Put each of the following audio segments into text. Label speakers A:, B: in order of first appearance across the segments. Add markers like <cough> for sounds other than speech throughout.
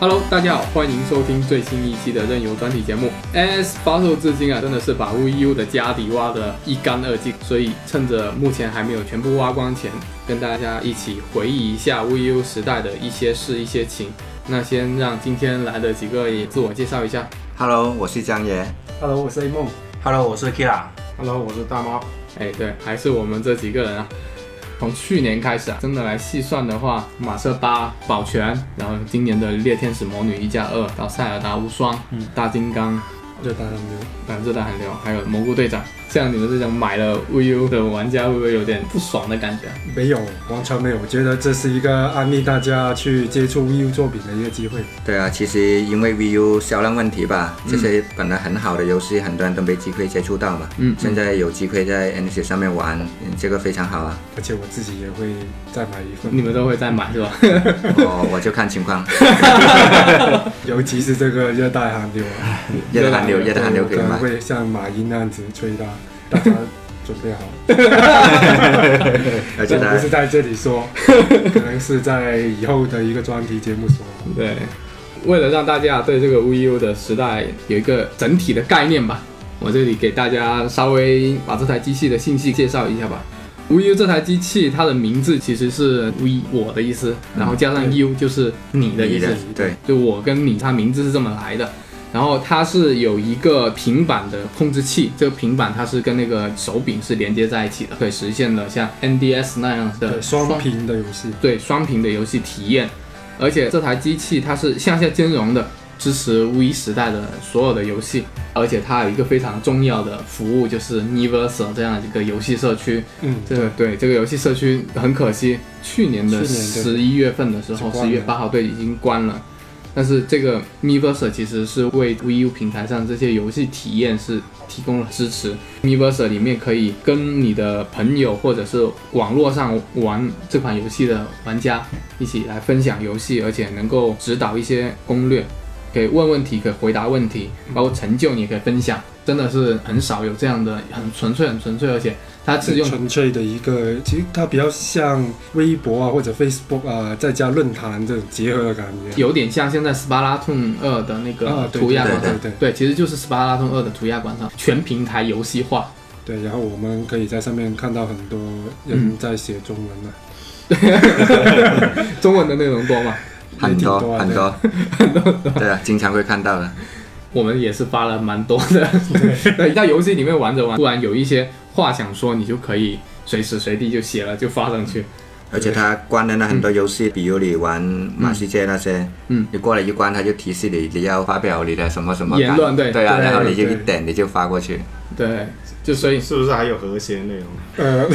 A: Hello，大家好，欢迎收听最新一期的任由专题节目。AS 发售至今啊，真的是把 VU 的家底挖得一干二净，所以趁着目前还没有全部挖光前，跟大家一起回忆一下 VU 时代的一些事、一些情。那先让今天来的几个也自我介绍一下。
B: Hello，我是张爷。
C: Hello，我是 A 梦。
D: Hello，我是 Kira。
E: Hello，我是大猫。
A: 哎，对，还是我们这几个人啊。从去年开始啊，真的来细算的话，马瑟八、保全，然后今年的猎天使魔女一加二到塞尔达无双、嗯、大金刚、
E: 热带寒流，
A: 呃热带寒流，还有蘑菇队长。像你们这种买了 VU 的玩家，会不会有点不爽的感觉？
C: 没有，完全没有。我觉得这是一个安利大家去接触 VU 作品的一个机会。
B: 对啊，其实因为 VU 销量问题吧，这些本来很好的游戏，很多人都没机会接触到嘛。
A: 嗯
B: 现在有机会在 NS 上面玩，嗯这个非常好 <laughs> 啊。
C: 而且我自己也会再买一份，
A: 你们都会再买是吧？
B: 哦，我就看情况，
C: 尤其是这个热带寒流啊，
B: 夜的寒流，夜的寒流可以
C: 我能
B: 买。
C: 会像马云那样子吹它。大家准备好，
B: 而且
C: 但
B: 它
C: 不是在这里说，可能是在以后的一个专题节目说。
A: 对，为了让大家对这个 VU 的时代有一个整体的概念吧，我这里给大家稍微把这台机器的信息介绍一下吧。VU 这台机器，它的名字其实是 V 我的意思，然后加上 U 就是嗯你的意
B: 你
A: 思
B: 的，对，
A: 就我跟你，它名字是这么来的。然后它是有一个平板的控制器，这个平板它是跟那个手柄是连接在一起的，对，实现了像 NDS 那样的
C: 对，双屏的游戏，
A: 对双屏的游戏体验，而且这台机器它是向下兼容的，支持 V 时代的所有的游戏，而且它有一个非常重要的服务，就是 Miiverse 这样一个游戏社区。
C: 嗯，
A: 这个对这个游戏社区很可惜，去年的
C: 去年
A: 十
C: 对
A: 一月份的时候，
C: 就
A: 十
C: 关
A: 一
C: 了
A: 月八号对已经关了。但是这个 Miiverse 其实是为 VU 平台上这些游戏体验是提供了支持。Miiverse 里面可以跟你的朋友或者是网络上玩这款游戏的玩家一起来分享游戏，而且能够指导一些攻略，可以问问题，可以回答问题，包括成就你也可以分享。真的是很少有这样的很纯粹、很纯粹，而且它是
C: 是
A: 用
C: 纯粹的一个，其实它比较像微博啊或者 Facebook 啊，再加论坛这种结合的感觉。
A: 有点像现在《斯巴拉通二》的那个
C: 啊对
A: 涂鸦广
B: 对
A: 场，
C: 对
A: 对，其实就是《斯巴拉通二》的涂鸦广场，全平台游戏化。
C: 对，然后我们可以在上面看到很多人在写中文啊，
A: 中文的内容多嘛？
C: 也
B: 很
C: 挺
B: 多 <laughs>
C: 多
B: 很多，对啊，经常会看到的。
A: 我们也是发了蛮多的。 <laughs> 对，在游戏里面玩着玩，突然有一些话想说，你就可以随时随地就写了，就发上去。
B: 而且它关联了很多游戏，比如你玩马戏界那些，
A: 嗯，
B: 你过了一关，它就提示你你要发表你的什么什么
A: 言论
B: 感
A: 对
B: 对啊，
C: 对
B: 然后你就
C: 对
B: 一点你就发过去，
A: 对，就所以
E: 是不是还有和谐内容？
C: 呃，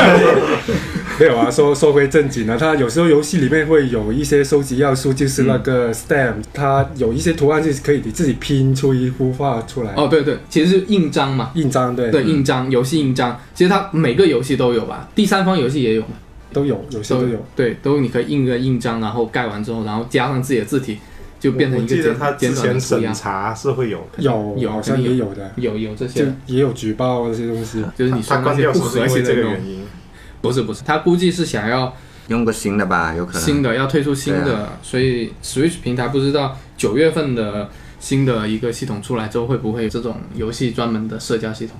C: <laughs> 没有啊，说说回正经的，它有时候游戏里面会有一些收集要素，就是那
A: 嗯
C: 个 stem，、它有一些图案是可以你自己拼出一幅画出来，
A: 哦，对对，其实是印章嘛，
C: 印章对，
A: 对，印章，游戏印章，其实它每个游戏都有吧，第三方游戏也有嘛。
C: 都有，有些都有。
A: 对，都你可以印个印章，然后盖完之后，然后加上自己的字体，就变成
E: 我
A: 一
E: 我
A: 个
E: 记
A: 简
E: 得他
A: 简
E: 之
A: 短
E: 前
A: 的涂鸦
E: 审。查是会有的，
C: 有
A: 有
C: 好像
A: 肯定
C: 也
A: 有
C: 有的，
A: 有有这些
C: 就
A: 的，
C: 也有举报啊这些东西。
A: 就是你说
E: 他
A: 那
E: 关
A: 些
E: 掉
A: 不
E: 是不是
A: 和
E: 因
A: 谐
E: 为
A: 的
E: 这
A: 内
E: 个
A: 容，
E: 原因。
A: 不是不是，他估计是想要
B: 用个新的吧，有可能。
A: 新的要推出新
B: 对啊
A: 的，所以 Switch 平台不知道九月份的新的一个系统出来之后会不会有这种游戏专门的社交系统。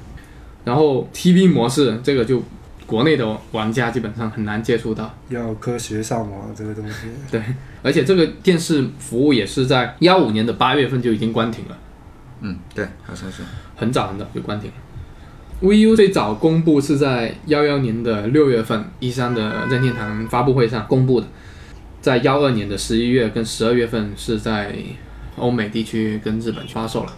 A: 然后 TV 模式这个就国内的玩家基本上很难接触到， <laughs>
C: 要科学上网这个东西， <laughs>
A: 对，而且这个电视服务也是在幺五年的八月份就已经关停了。
B: 嗯，对，好像是。
A: 很早很早就关停了。VU 最早公布是在幺幺年的六月份，一三的任天堂发布会上公布的，在幺二年的十一月跟十二月份是在欧美地区跟日本发售了。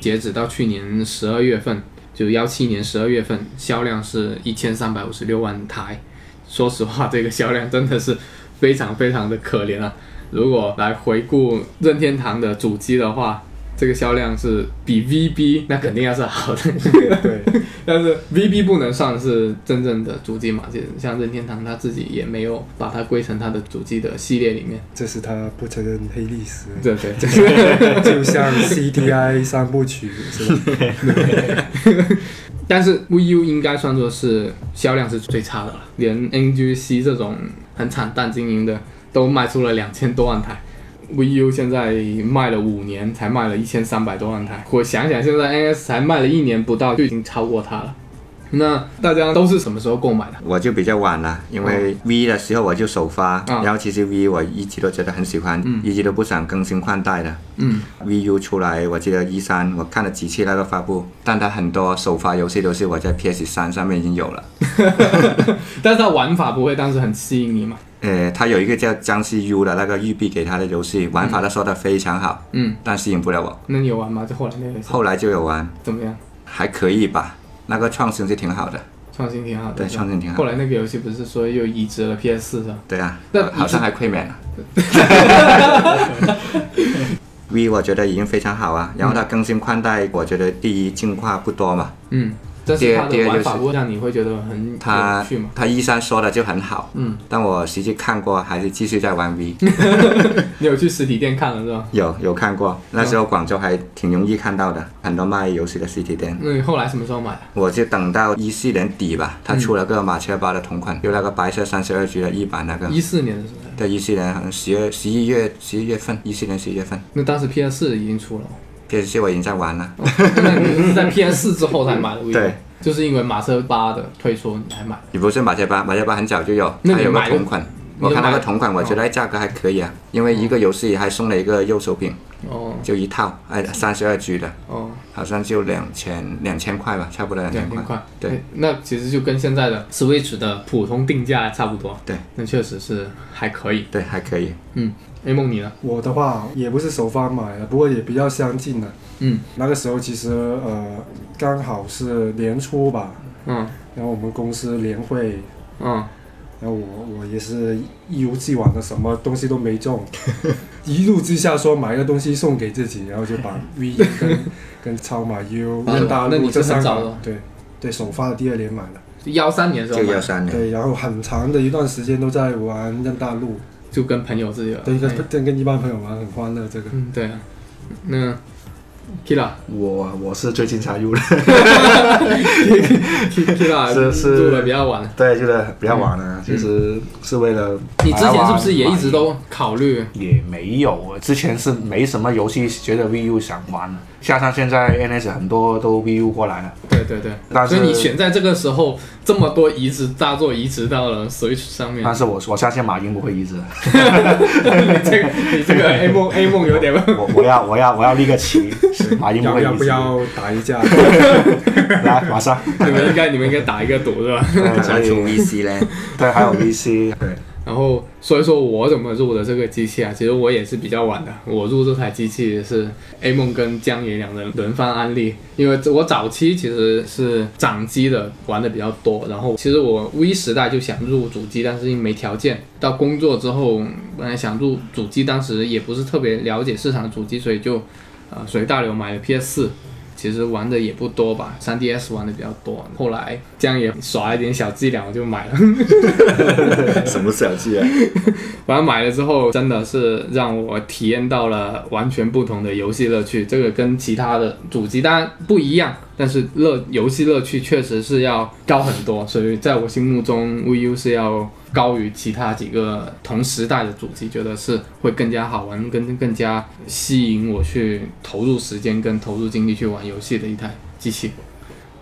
A: 截止到去年十二月份，就幺七年十二月份，销量是一千三百五十六万台。说实话，这个销量真的是非常非常的可怜啊！如果来回顾任天堂的主机的话，这个销量是比 VB 那肯定要是好的， <laughs>
C: 对，
A: 但是 VB 不能算是真正的主机嘛，就是像任天堂他自己也没有把它归成它的主机的系列里面。
C: 这是他不承认黑历史，
A: 对 <laughs> 对对。<laughs>
C: 就像 CDI 三部曲是吧？
A: 但是 VU 应该算作是销量是最差的了，连 NGC 这种很惨淡经营的都卖出了两千多万台。 VU 现在卖了五年，才卖了一千三百多万台。我想想，现在 NS 才卖了一年不到，就已经超过它了。那大家都是什么时候购买的？
B: 我就比较晚了，因
A: 哦
B: 为 V 的时候我就首发，
A: 嗯
B: 然后其实 V 我一直都觉得很喜欢，一直都不想更新换代的。
A: 嗯
B: VU 出来，我记得一三我看了几期那个发布，但它很多首发游戏都是我在 PS 三上面已经有了。
A: 但是它玩法不会当时很吸引你嘛？
B: 呃，它有一个叫僵尸 U 的那个育碧给它的游戏，玩法他说的非常好，
A: 嗯，
B: 但吸引不了我。
A: 那你有玩吗？就后来那个游戏
B: 后来就有玩，
A: 怎么样？
B: 还可以吧，那个创新是挺好的。
A: 创新挺好的。
B: 对
A: 是吧
B: 创新挺好
A: 后来那个游戏不是说又移植了 PS 四是吧？
B: 对啊，
A: 那
B: 呃好像还亏
A: <laughs>
B: 免了。V 我觉得已经非常好啊，然后它更新宽带，我觉得第一进化不多嘛，
A: 嗯，但是
B: 第
A: 它
B: 二第
A: 的
B: 二
A: 玩
B: 游
A: 法
B: 戏
A: 不会让你会觉得很有
B: 它
A: 趣嘛？
B: 它一三说的就很好，
A: 嗯，
B: 但我实际看过还是继续在
A: <laughs>
B: 玩 V，
A: 你有去实体店看了是吧？
B: 有有看过，那时候广州还挺容易看到的，很多卖游戏的实体店。
A: 那你后来什么时候买的？啊
B: 我就等到一四年底吧，它出了个马车八的同款，就那个白色三十二 G 的一版那个，
A: 一四年的时候，
B: 在一四年好像十月十一月十一月份，一四年十一月份
A: 那当时 PS 四已经出了，
B: ，PS 我已经在玩了。
A: 那你是在 PS 四之后才买的 Wii，
B: 对，
A: 就是因为马车八的推出你才买的。
B: 也不是马街吧，马街吧很早就有，
A: 那
B: 它
A: 你
B: 有个
A: 买了
B: 同款。
A: 你
B: 我
A: 就
B: 看
A: 买
B: 那
A: 哦
B: 个
A: 了
B: 同款，我觉得哎价格还可以啊，因为一个游戏还送了一个右手柄，
A: 哦
B: 就一套，哎，三十二 G 的，
A: 哦，
B: 好像就两千两千块吧，差不多两
A: 两
B: 千
A: 千块。
B: 对，
A: 哎，那其实就跟现在的 Switch 的普通定价差不多。
B: 对，
A: 那确实是还可以。
B: 对，还可以。
A: 嗯，A 梦你呢？
C: 我的话也不是首发买的，不过也比较相近的。
A: 嗯
C: 那个时候其实呃刚好是年初吧，
A: 嗯
C: 然后我们公司年会，
A: 嗯，
C: 然后我我也是一如既往的什么东西都
A: <laughs>
C: 没中，一怒之下说买一个东西送给自己，然后就把 V
A: <laughs>
C: 跟跟超马 U、
A: 啊
C: 任大
A: 那你
C: 陆
A: 是
C: 这三
A: 很早
C: 款
A: 的，
C: 对对首发的第二年买的，
A: 幺三年的时
B: 就
A: 候买
B: 幺
A: 的，<laughs>
B: 三年，
C: 对，然后很长的一段时间都在玩任大陆，
A: 就跟朋友自己了。
C: 对，
A: 哎
C: 跟跟跟一般朋友玩很欢乐这个。
A: 嗯对啊，那 Kira
D: <laughs>
E: 我啊我是最近才入的，
A: Kira
E: 是是
A: 入的比较晚。
E: 对，就是比较晚了，其实是为了
A: 嗯你之前是不是也一直
E: 买来玩
A: 都考虑？
D: 也没有，我之前是没什么游戏觉得 VU 想玩，加上现在 NS 很多都 VU 过来了，
A: 对对对，
D: 但
A: 所
D: 是
A: 以你选在这个时候，这么多移植大作移植到了 Switch 上面
D: 但，是我我相信马云不会移植，
A: 你这个你这个 A 梦 A 梦有点
D: 我我要我要我要立
A: <laughs>
D: 个旗，马云不
C: 要
D: 会移
C: 要
D: 植，
C: 不要打一架？
D: 来马上，
A: 你们应该你们应该打一个赌是吧？
D: 对，所
B: 它出
D: 以
B: VC 嘞，
D: 对还有 VC，对，
A: 然后所以说我怎么入的这个机器啊？其实我也是比较晚的，我入这台机器是 A 梦跟江爷两人轮番安利，因为我早期其实是掌机的玩的比较多，然后其实我 V 时代就想入主机，但是因为没条件，到工作之后本来想入主机，当时也不是特别了解市场的主机，所以就呃随大流买了 PS 四。其实玩的也不多吧，3DS 玩的比较多。后来江爷耍一点小伎俩，我就买了。
B: <laughs> 什么小气啊？
A: 反正买了之后，真的是让我体验到了完全不同的游戏乐趣。这个跟其他的主机当然不一样，但是乐游戏乐趣确实是要高很多。所以在我心目中，VU 是要高于其他几个同时代的主机，觉得是会更加好玩，跟更加吸引我去投入时间跟投入精力去玩游戏的一台机器。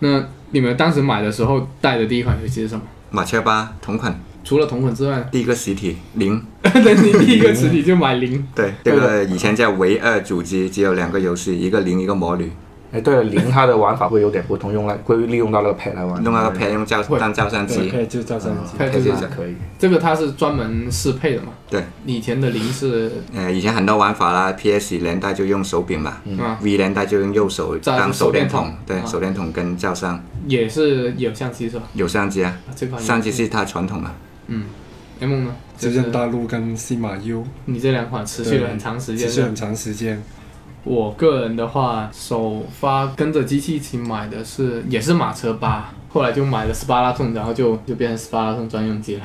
A: 那你们当时买的时候带的第一款游戏是什么？
B: 马车八同款，
A: 除了同款之 <laughs> 外，
B: 第一个实体零，
A: 那你第一个实体就买零。
B: 对，这个以前叫唯二主机，只有两个游戏，一个零一个魔女，
D: 哎对了，零它的玩法会有点不同，用来会利用到那个 pad 来玩，
B: 弄那个
E: 嗯
B: p 用照当照相
A: 嗯
C: 对，
B: 机
C: 可，以就照相机。
A: 配
B: 配
A: 这
B: 这
A: 个
B: 个
D: 可以，
A: 这个它是专门适配的嘛？
B: 对，
A: 以前的零是
B: 呃，以前很多玩法啦，PS 年代就用手柄嘛，
A: 啊，
B: V 连带就用右手
A: 在
B: 当手电
A: 手
B: 筒
A: 电筒，
B: 对，
A: 啊
B: 手电筒跟照相，
A: 也是有相机是吧？
B: 有相机啊，
A: 啊这款也
B: 相机是它传 <laughs> 统的，
A: 嗯，M 梦呢？
C: 就
A: 就是
C: 任大陆跟西马 U
A: 你这两款持续了很长时间
C: 持续
A: 的。
C: 很长时间。
A: 我个人的话，首发跟着机器一起买的是也是马车八，后来就买了斯巴拉通，然后就就变成斯巴拉通专用机了。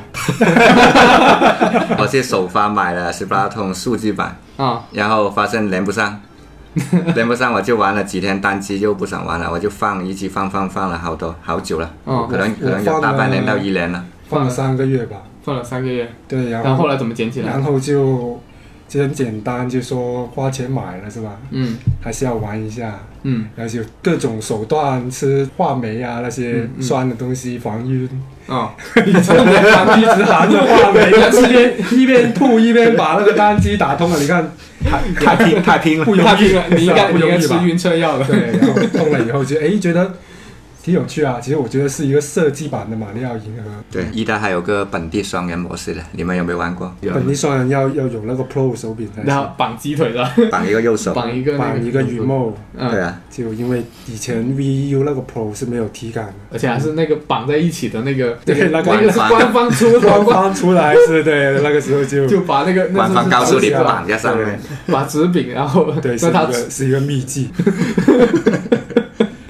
B: 我是首发买了十八通数据版，
A: 啊，
B: 然后发现连不上， <laughs> 连不上我就玩了几天单机，又不想玩了，我就放一直放放放了好多好久了，
A: 嗯
B: 可能
C: 我
B: 可能有大半年到
C: 放了
B: 一年了，
C: 放了三个月吧，
A: 放了三个月，
C: 对，然
A: 然后
C: 后
A: 后来怎么捡起来
C: 然？后就就很简单，就说花钱买了是吧？
A: 嗯
C: 还是要玩一下，
A: 嗯
C: 然后就各种手段吃话梅啊那些
A: 嗯嗯
C: 酸的东西防晕，
A: 哦，
C: 一直一直含着话梅，然后一边一边吐一边把那个单机打通了，你看
E: 太太拼太拼了，
A: <laughs>
C: 不容
A: 怕
C: 易
A: 晕啊，，你应
C: 是吧
A: 该
C: 不
A: 你应
C: 容
A: 该
C: 易
A: 吃
C: 吧？
A: 晕车药了。
C: 对，然后通了以后就哎觉得挺有趣啊。其实我觉得是一个设计版的马里奥银河。
B: 对，意大还有个本地双人模式的，你们有没有玩过？
C: 本地双人要要有那个 Pro 手柄才
A: 然
C: 行，
A: 后绑鸡腿的，
B: 绑一个右手，
A: 绑一个那
C: 绑一个 remote，
B: 对
A: 嗯，
B: 啊，
C: 就因为以前 VU 那个 Pro 是没有体感的，
A: 而且还是那个绑在一起的那个，
C: 对
A: 那个
C: 那个
A: 那个是官方出的，
C: <laughs> 官方出来是对，那个时候就
A: 就把那个那
B: 官方告诉你
A: 啊
C: 不
B: 绑在上面，
A: 把纸饼，然后
C: 对是
A: 让它
C: 一个是一个秘技，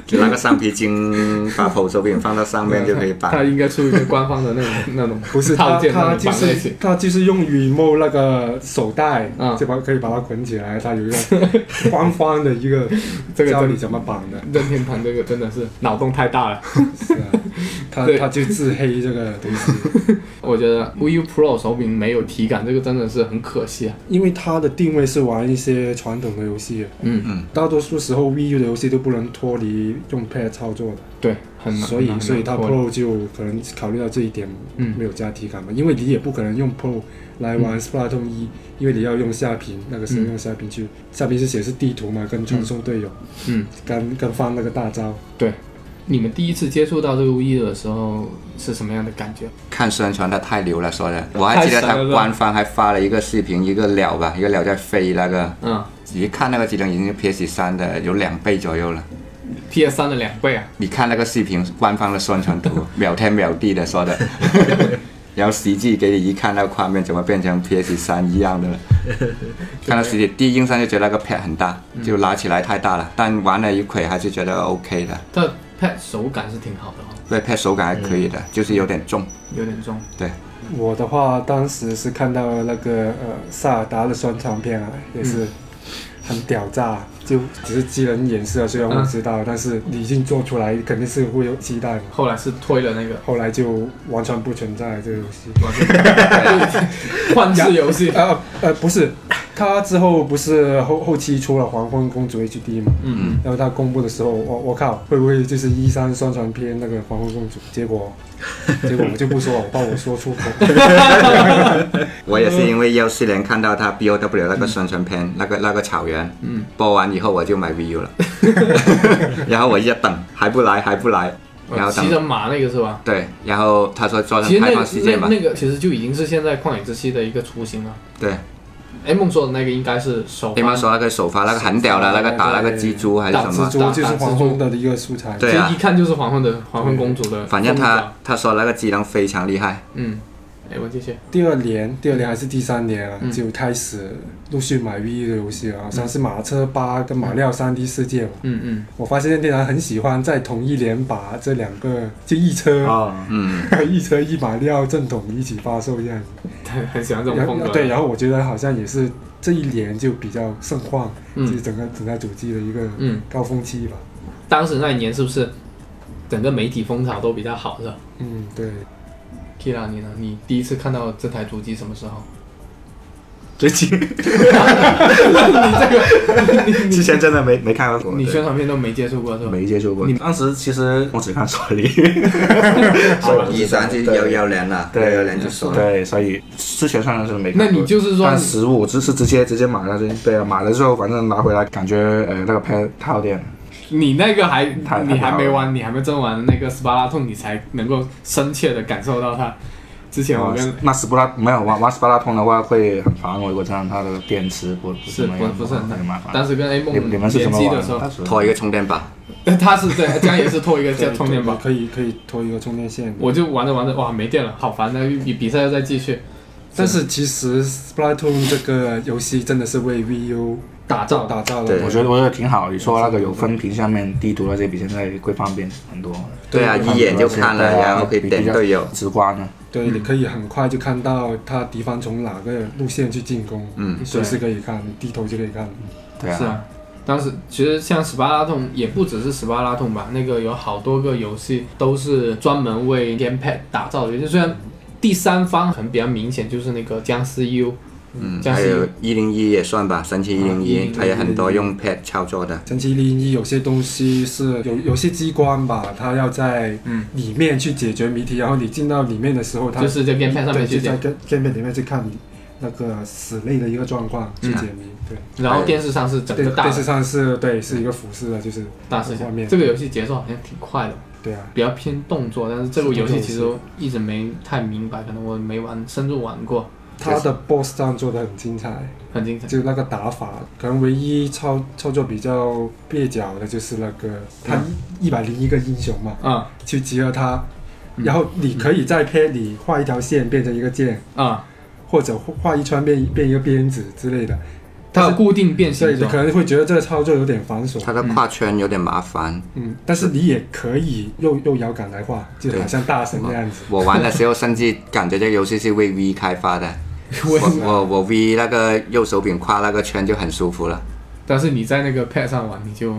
B: 就那个橡皮筋，把手手柄放到上面就可以绑
A: <laughs> 它。应该出一个官方的那
C: <laughs>
A: 种那种
C: 不是
A: 套
C: 它
A: 件，那
C: 它
A: 种
C: 就
A: 绑在一
C: 是
A: 起。
C: 它就是用 remote 那个手带
A: 嗯，
C: 就把可以把它捆起来，它有一个官方的一个
A: <laughs> 这个
C: 教你
A: 真
C: 怎么绑的，
A: 任天堂这个真的是脑洞太大了。
C: 是
A: <laughs>
C: 啊，它
A: 对
C: 它就自黑这个
A: <laughs>
C: 东西。
A: 我觉得 Wii U Pro 手柄没有体感，这个真的是很可惜啊。
C: 因为它的定位是玩一些传统的游戏，
A: 嗯，
C: 大多数时候 VU 的游戏都不能脱离用 Pad 操作
A: 对，
C: 的，
A: 很难。
C: 所
A: 很
C: 以
A: 难
C: 所以它
A: 脱离
C: Pro 就可能考虑到这一点，
A: 嗯
C: 没有加体感嘛，因为你也不可能用 Pro 来玩 Splatoon 一、因为你要用下屏，那个时候
A: 嗯
C: 用下屏去、下屏是显示地图嘛，跟传送队友，
A: 嗯，
C: 跟跟放那个大招，
A: 你们第一次接触到这个 Wii 的时候是什么样的感觉？
B: 看宣传它太牛了，说的，我还记得
A: 太神
B: 它
A: 了
B: 官方还发了一个视频，一个鸟吧，一个鸟在飞，那个
A: 嗯
B: 一看那个体量已经是 PS 三的有两倍左右了。
A: ，PS 3的两倍啊，
B: 你看那个视频，官方的宣传图，秒天秒地的说的，然后实际给你一看，那个画面怎么变成 PS 三一样的了？看到实际第一印象就觉得那个 pad 很大，就拿起来太大了，但玩了一会还是觉得 OK 的，
A: 它 Pad 手感是挺好的哦，
B: 对 pad 手感还可以的，就是有点重。
A: 有点重。
B: 对，
C: 我的话，当时是看到那个呃萨尔达的宣传片啊，也
A: 嗯
C: 是很屌炸，就只是机人演示啊。虽然我知道，但是你已经做出来，肯定是会有期待嘛。
A: 后来是推了那个
C: 后来就完全不存在这个游戏。
A: 幻视游
B: <laughs>
A: 戏，
C: 呃呃，不是，他之后不是后后期出了《黄昏公主 HD》嘛？
A: 嗯，
C: 然后他公布的时候，我我靠，会不会就是一三宣传片那个《黄昏公主》？结果结果我就不说了，我怕我说出口。
B: 我也是因为幺四年看到它 B O W 那个宣传片，那个那个草原，
A: 嗯，
B: 播完以后我就买 V U 了，然后我一直等还不来还不来，然后
A: 骑
B: 等
A: 着马那个是吧？
B: 对，然后他说做
A: 其
B: 成
A: 实那
B: 开放世界
A: 那
B: 嘛，
A: 那个其实就已经是现在旷野之息的一个雏形了。
B: 对，
A: 哎，梦说的那个应该是首
B: 你
A: 发
B: 们，说那个首发那个很屌的那个打那个蜘蛛还是什
C: 蜘
B: 么？
C: 蛛就是黄昏的一个素材。
B: 对啊
A: 其实一看就是黄昏的黄昏公主的。
B: 反正他，他说那个技能非常厉害，
A: 嗯，哎，我继续，
C: 第二年，第二年还是第三年啊，
A: 嗯
C: 就开始陆续买 V E 的游戏了，好像是马车八跟马里奥三 D 世界嘛。
A: 嗯嗯， <laughs>
C: 我发现任天堂很喜欢在同一年把这两个就一车、
B: <laughs>
E: 啊，
B: 嗯，
C: <laughs> 一车一马里奥正统一起发售这样子。
A: 很很喜欢这种
C: 然
A: 风
C: 后
A: 格。
C: 对，，然后我觉得好像也是这一年就比较盛况，就是
A: 嗯
C: 整个整台主机的一个
A: 嗯。
C: 高峰期吧。
A: 当时那一年是不是整个媒体风潮都比较好的
C: 嗯，对，
A: ？Kira，你呢？你第一次看到这台主机什么时候？
E: 最近之前真的没没看到过，
A: 你
E: 对
A: 宣传片都没接触过是吧？
E: 没接触过
A: 你。
E: 当时其实我只看索尼，
B: 一三就幺幺年了，幺
E: 对
B: 幺年就说了，
E: 对，所以之前上的是没看过。
A: 那你就是说
E: 但，实物只是直接直接买了，就对啊，买了之后反正拿回来感觉呃那个 pad 太耗电了，
A: 你那个还
E: 太
A: 你还没
E: 太好
A: 玩，你还没真玩那个斯巴拉痛，你才能够深切的感受到它。之前我跟
E: 哦那斯巴拉没有玩玩斯巴拉通的话会很烦我，如果这样它的电池不不
A: 是
E: 怎么
A: 不
E: 样
A: 不是很
E: 很麻烦。
A: 当时跟 A
E: 你
A: 梦
E: 你们是怎
A: 联
E: 么
A: 机
E: 玩
A: 的时候，
B: 拖一个充电宝，
A: <laughs> 他是对，这样也是拖一
E: <laughs>
A: 个加充电宝。
C: 可以可以拖一个充电线。
A: 我就玩着玩着，哇，没电了，好烦！那比比赛要再继续
C: 但是其实 Splatoon 这个游戏真的是为 VU
A: 打造。
C: 打造
B: 对
C: 了，
E: 我觉得我觉得挺好，你说那个有分屏下面地图那些比现在会方便很多，
B: 对啊，一眼就看了，
E: 对啊
B: 然后可以点队友，
E: 直观的。
C: 对，
A: 嗯
C: 你可以很快就看到他敌方从哪个路线去进攻，
B: 嗯，
C: 随时可以看，低头就可以看。
E: 对
A: 是
E: 啊，
A: 啊，当时其实像斯巴拉痛也不只是斯巴拉痛吧，那个有好多个游戏都是专门为 Gamepad 打造的，就虽然第三方可能比较明显，就是那个僵尸 U，
B: 嗯，
A: 江
B: 还
A: 西
B: 有一零一也算吧，神奇一零一，它有很多用 Pad 操作的。
C: 神奇零一有些东西是有有些机关吧，它要在
A: 嗯
C: 里面去解决谜题，然后你进到里面的时候，它
A: 就是在 gamepad 上面
C: 对
A: 去
C: 就
A: 点
C: 在，跟 g a m 里面去看你那个死类的一个状况去解谜。
A: 然后电视上是嗯整
C: 对，
A: 个
C: 哎对，
A: 大
C: 电
A: 的
C: 视上是对是一个俯视的，就是
A: 大视角
C: 画。面
A: 这个游戏节奏好像挺快的，
C: 对啊，
A: 比较偏动作，但是这个游戏其实
C: 是动
A: 我一直没太明白，可能我没玩深入玩过，
C: 它的 BOSS 战做的很精彩，
A: 很精彩。
C: 就那个打法，可能唯一操操作比较蹩脚的就是那
A: 嗯
C: 个他一百零一个英雄嘛，
A: 啊
C: 去集合它，
A: 嗯
C: 然后你可以在 p 里画一条线变成一个剑，
A: 啊，
C: 或者画一圈变变一个鞭子之类的，
A: 它有固定变
C: 所
A: 形
C: 以你
A: 状
C: 可，能会觉得这个操作有点繁琐，
B: 它的跨圈有点麻烦，
C: 嗯，但是你也可以用用摇杆来画，就
B: 对
C: 好像大神那样子。
B: 我玩的时候甚至感觉这个游戏是为 V 开发的。我我我 V 那个右手柄跨那个圈就很舒服了，
A: 但是你在那个 pad 上玩，你就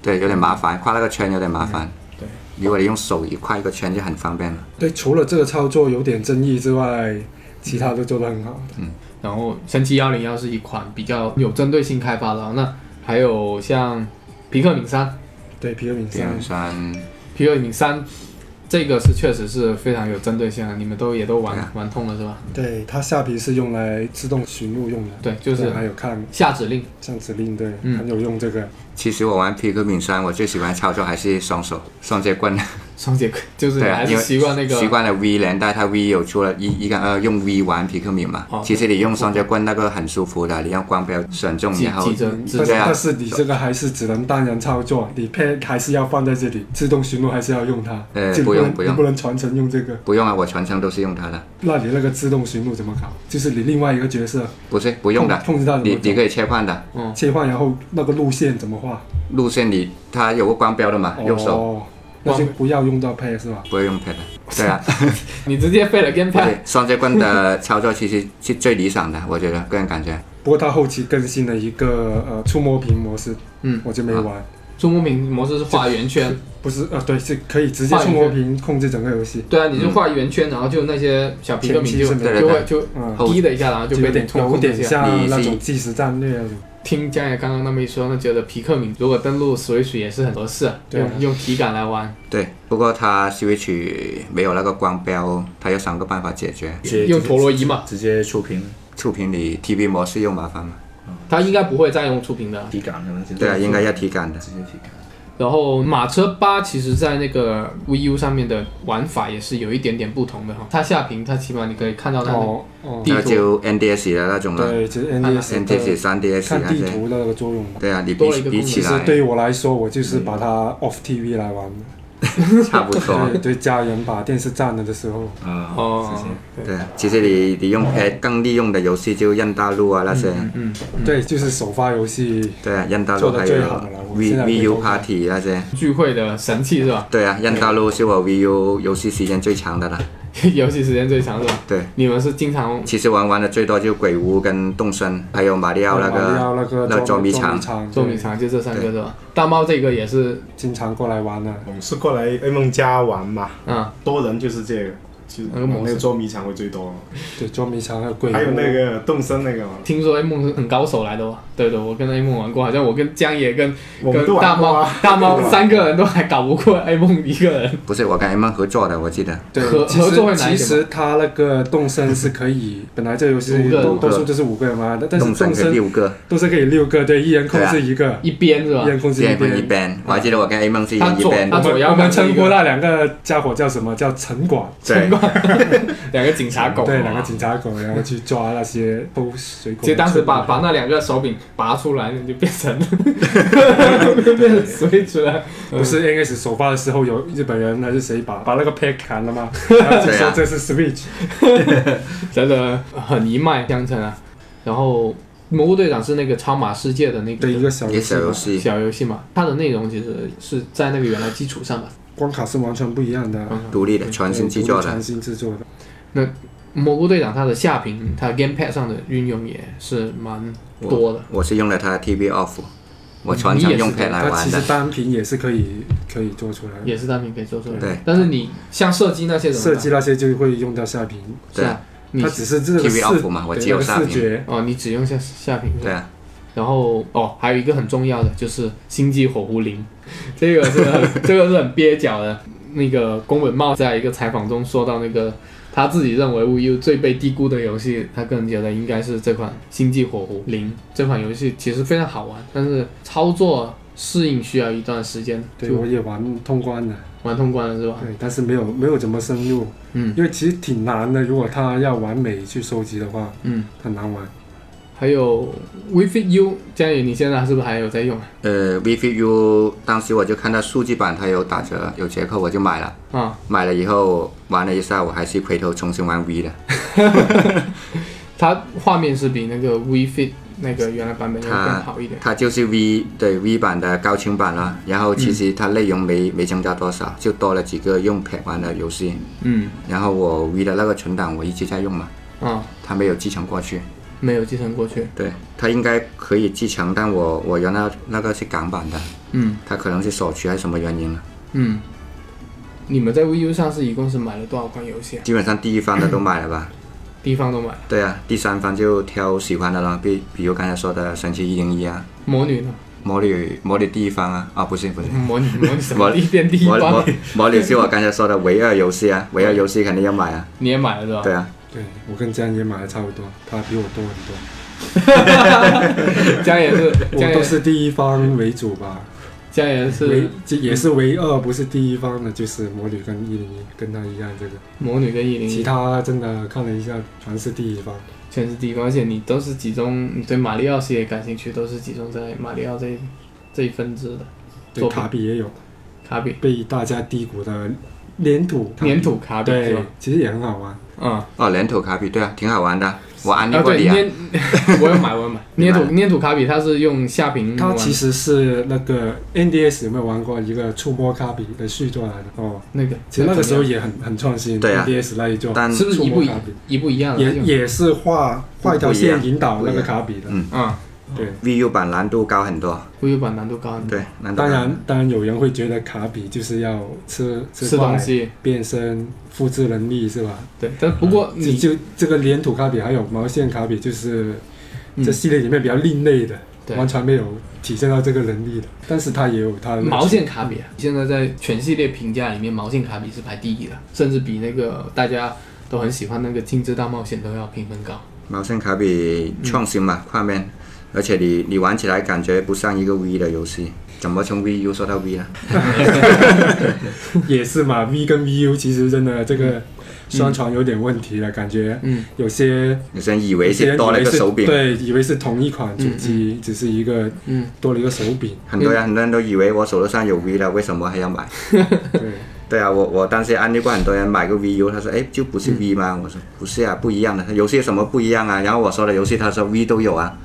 B: 对，有点麻烦，跨那个圈有点麻烦。
A: 对，
B: 如果你用手一跨一个圈就很方便了。
C: 对，除了这个操作有点争议之外，其他都做得很好。
A: 然后《神奇幺零幺》是一款比较有针对性开发的，啊那还有像《皮克敏三》，《
C: 对，皮尔敏
B: 比
C: 三
B: 如，说，
A: 皮克敏三》这个是确实是非常有针对性的，你们都也都玩、
B: 对啊
A: 玩通了是吧？
C: 对，它下皮是用来自动寻路用的，
A: 对，就是
C: 我还有看
A: 下指令，
C: 像指令，对，
A: 嗯
C: 很有用这个。
B: 其实我玩 P Q 敏三，我最喜欢操作还是双手双截棍。
A: 双节 <laughs> 就是
B: 对啊，
A: 还
B: 因
A: 是
B: 为
A: 习惯那个
B: 习惯了 V 连带，它 V 有出了一一个呃用 V 玩皮克敏嘛。
A: 哦
B: 其实你用双截棍那个很舒服的，你用光标选中，
A: 几
B: 然后
A: 几折
C: 但
A: 几
C: 是
B: 对啊
C: 但是你这个还是只能单人操作，你配还是要放在这里，自动寻路还是要用它，
B: 呃
C: 就
B: 不用
C: 能
B: 不用
C: 你不能传承用这个。
B: 不用啊，我全程都是用它的，
C: 那你那个自动寻路怎么搞？就是你另外一个角色
B: 不是不用的，
C: 碰碰到
B: 你你
C: 怎么
B: 可以切换的
A: 嗯
C: 搞切换，然后那个路线怎么画？
B: 路线你，它有个光标的嘛，右手
C: 哦，那就不要用到配是吧？
B: 不会用 pad 的。对啊，
A: 你直接废了 gamepad，
B: 对双截棍的操作其实是最理想的，我觉得个人感觉。
C: 不过它后期更新了一个呃触摸屏模式，
A: 嗯，
C: 我就没玩。
A: 触摸屏模式是画圆圈，
C: 不是呃，对，是可以直接触摸屏控制整个游戏，
A: 对啊，你就画圆圈，然后就那些小皮克敏
C: 前期
A: 就是
C: 没有
A: 就会就
C: 嗯，
B: 后
A: 滴的一下，然后就
C: 就
A: 被
C: 有点
A: 你操
C: 有
A: 控
C: 点
A: 一下。
C: 像
B: 你
C: 那
B: 是
C: 种即时战略那种。
A: 听江爷刚刚那么一说，那觉得皮克敏如果登录 Switch 也是很合适，
C: 对啊
A: 用用体感来玩，
B: 对，不过它 Switch 没有那个光标，它要想个办法解决。
E: 直接
A: 用陀螺仪嘛，
E: 直接触屏
B: 触屏里 TV 模式又麻烦嘛？
A: 他应该不会再用触屏的。
E: 体感可能直接
B: 对啊，应该要体感的。
E: 直接体感。
A: 然后马车八其实在那个 VU 上面的玩法也是有一点点不同的哈，它下屏它起码你可以看到它的、
C: 哦哦，
A: 地
B: 那
A: 图
B: 就 NDS 的那种啊了
C: 对，就是
A: 看
C: NDS
B: ，NDS、
C: 的看
B: 3DS 那
C: 地
B: 些。
C: 图的那个作用嘛。
B: 对啊，你
A: 多了一
B: 比
A: 个
B: 比
A: 功
B: 起
C: 其实
B: 来
C: 对于我来说，我就是把它 off TV 来玩的。
B: 差不
C: <laughs>
B: 多
C: 对。对，家人把电视占了的时候，
E: 啊，
A: 哦
E: 直接，
B: 对啊，其实你你用
C: 哦
B: Pad 更利用的游戏就任大陆啊那些，
A: 嗯，
C: 对，就是首发游戏，
B: 对啊，任大陆
C: 做得
B: 还
C: 最
B: 有
C: 好的了我
B: V
C: 现在
B: V
C: 回
B: U
C: 头看
B: Party 那些。
A: 聚会的神器是吧？
B: 对啊，任大陆是我 V U 游戏时间最长的了。
A: <laughs> 游戏时间最长是吧？
B: 对，
A: 你们是经常
B: 其实玩玩的最多就鬼屋跟动森，还有马里奥那
C: 哦马里奥那
B: 个
C: 个
B: 捉迷
C: 藏
B: 藏。，
A: 捉
C: 对
A: 迷藏就这三个是吧？大猫这个也是，
C: 经常过来玩的。
F: 我们是过来 A 梦家玩嘛，
A: 嗯，
F: 多人就是这个，就是
A: 那个模式
F: 那个捉迷藏会最多，
C: 对，捉迷藏还有鬼屋，
F: 还有那个动森那个嘛，
A: 听说 A 梦是很高手来的哦。对的，我跟 A 梦玩过，好像我跟江野跟
F: 我们
A: 跟
F: 都
A: 大
F: 玩过
A: 猫
F: 啊。
A: 大猫三个人都还搞不过 A 梦一个人。
B: 不是我跟 M 合作的，我记得。
C: 对
A: 合
C: 其实
A: 合作会难一点吗
C: 其实它那个动身是可以，本来这个游戏
A: 五个
C: 多
A: 五
B: 个
C: 多数就是五个人嘛，但但是
B: 动森
C: 动
B: 可以
C: 身
B: 六个，
C: 动身可以六个，对，一人控制一个，
A: 一边是吧
C: 一？人控制
B: 这
C: 一
B: 样分一
C: 边。
B: 般。我还记得我跟 A 梦是一人一
A: 他左
B: 边
A: 他
C: 我
B: 的，
A: 左
C: 们
A: 右
C: 我们称
A: 控制一
C: 呼
A: 个
C: 那两个家伙叫什么？叫城管，
B: 对，
A: 两个警察狗，
C: 对，两个警察狗，然后去抓那些偷水果的。
A: 其实当时把把那两个手柄拔出来，就变成 <laughs> 变成 Switch 了。
C: 不是 NS 首发的时候有日本人还是谁把把那个 pad 砍了吗？然后就
B: 对
C: 说
B: 啊
C: 这是 Switch，
A: 真的很一脉相承啊。然后《蘑菇队长》是那个超马世界的那
C: 的一
A: 个
C: 个小
B: 也
C: 游
B: 小
C: 戏
B: 游
C: 嘛，
B: 戏。
A: 小游戏嘛，它的内容其实是在那个原来基础上吧。
C: 关卡是完全不一样的，
B: 独立的、全新制作
C: 全
B: 的，
C: 新制作的。
A: 蘑菇队长它的下屏，它 GamePad 上的运用也是蛮多的。
B: 我是用了它的 TV off，我全程用 pad 来
C: 它
B: 玩
C: 其实
B: 的。
C: 单屏也是可以可以做出来的，
A: 也是单屏可以做出来的，
B: 对
A: 但是你像射击那些怎么办
C: 设计那些就会用到下屏。
A: 是
B: 对
A: 啊
B: 啊，
A: 你
C: 它只是这个
B: TV
C: 视
B: off 嘛我
C: 对
B: 记得
C: 那个
B: 下
C: 视
B: 屏
C: 觉，
A: 哦，你只用下下屏是吧
B: 对啊，
A: 然后哦，还有一个很重要的就是《星际火狐零》， <laughs> 这个是很 <laughs> 这个是很蹩脚的。那个宫本茂在一个采访中说到，那个他自己认为 Wii U 最被低估的游戏，他个人觉得应该是这款《星际火狐零》这款游戏，其实非常好玩，但是操作适应需要一段时间，
C: 对
A: 就
C: 我也玩通关了，
A: 玩通关了是吧？
C: 对，但是没有没有怎么深入，
A: 嗯
C: 因为其实挺难的，如果它要完美去收集的话，
A: 嗯，
C: 很难玩。
A: 还有 Wii Fit U，佳宇，你现在是不是还有在用啊？
B: 呃，VVU 当时我就看到数据版它有打折有折扣，我就买了。
A: 啊，
B: 买了以后玩了一下，我还是回头重新玩 V
C: <laughs>
B: 的。
A: <laughs> 它画面是比那个 Wii Fit 那个原来版本要更
B: 它
A: 好一点。
B: 它就是 V 对 V 版的高清版了，然后其
C: 嗯
B: 实它内容没、没增加多少，就多了几个用 Pad 玩的游戏。
A: 嗯
B: 然后我 V 的那个存档我一直在用嘛，
A: 啊。
B: 它没有继承过去。
A: 没有继承过去。
B: 对，它应该可以继承，但我我原来那个是港版的，
A: 嗯
B: 它可能是首取还是什么原因了。
A: 嗯，你们在 VU 上是一共是买了多少款游戏啊？
B: 基本上第一方的都买
A: <laughs>
B: 了吧？
A: 地方都买了，
B: 对啊，第三方就挑喜欢的了，比比如刚才说的神奇一零一啊，
A: 魔女
B: <laughs>
A: 呢？
B: 魔女魔女第一方啊，啊不是不是，
A: 魔女魔女 <laughs> 什么
B: 魔
A: 地变第一
B: 魔
A: 方哦
B: 魔？魔女是我刚才说的唯二游戏啊，唯二游戏肯定要买啊，
A: 你也买了是吧？
B: 对啊，
C: 对我跟江也买了差不多，他比我多很多，
A: 江也是，江
C: 我
A: 也
C: 都是第一方为主吧，
A: 江也
C: 唯
A: 是
C: 这也是唯二不是第一方的，就是魔女跟一零一跟他一样这个，
A: 魔女跟一零
C: 其
A: 一
C: 他真的看了一下全是第一方，
A: 全是地方，而且你都是集中，你对马里奥系列感兴趣，都是集中在马里奥这一这一分支的
C: 对
A: 作品
C: 卡比也有
A: 卡比
C: 被大家低估的粘土，
A: 粘土卡比是
C: 对
A: 吧？，
C: 其实也很好玩，
A: 嗯。
B: 哦，粘土卡比对啊，挺好玩的，我安利
A: 啊，
B: 过
A: 对，
B: 你啊，
A: 捏， <laughs> 我要买，我要买。<laughs>
B: 你
A: 捏
B: 买
A: 土
B: 了
A: 捏土卡比，它是用下屏
C: 它
A: 玩，
C: 其实是那个 NDS 有没有玩过一个触摸卡比的续作来的哦，
A: 那个，
C: 其实那个时候也很很创新
B: 对啊
C: ，NDS 那一座
B: 但
A: 是不是
C: 触
A: 一不
C: 摸
A: 一
C: 卡比。
A: 一不一样啊？
C: 也
A: 就
C: 也是画画一条线引导那个卡比的
B: 嗯，
A: 嗯
C: 对。
B: VU 版难度高很多，
A: ，VU 版难度高很多，
B: 对，难度高
C: 当然，当然有人会觉得卡比就是要吃
A: 吃
C: 坏
A: 东、西
C: 变身、复制能力是吧？
A: 对，但不过
C: 就
A: 你
C: 就这个粘土卡比还有毛线卡比，就是
A: 嗯
C: 这系列里面比较另类的，
A: 对
C: 完全没有体现到这个能力的。但是它也有它的乐趣
A: 毛线卡比啊，现在在全系列评价里面，毛线卡比是排第一的，甚至比那个大家都很喜欢那个《精致大冒险》都要评分高。
B: 毛线卡比创新嘛，画面，而且你你玩起来感觉不像一个 V 的游戏，怎么从 VU 说到 V 呢？
C: 也是嘛，V 跟 VU 其实真的这个宣传有点问题了，啊感觉
A: 嗯
C: 有些
B: 有些人以为
C: 有些
B: 是
C: 人
B: 多了一个
C: 以为是
B: 手柄，
C: 对，以为是同一款主机，只是一个
A: 嗯，
C: 多了一个手柄。
B: 很多人很多人都以为我手头上有 V 了，为什么还要买？
C: 对，
B: <laughs> 对啊，我我当时安利过很多人买个 VU，他说哎就不是
C: 嗯
B: V 吗？我说不是啊，不一样的，游戏有什么不一样啊？然后我说的游戏，他说 V 都有啊。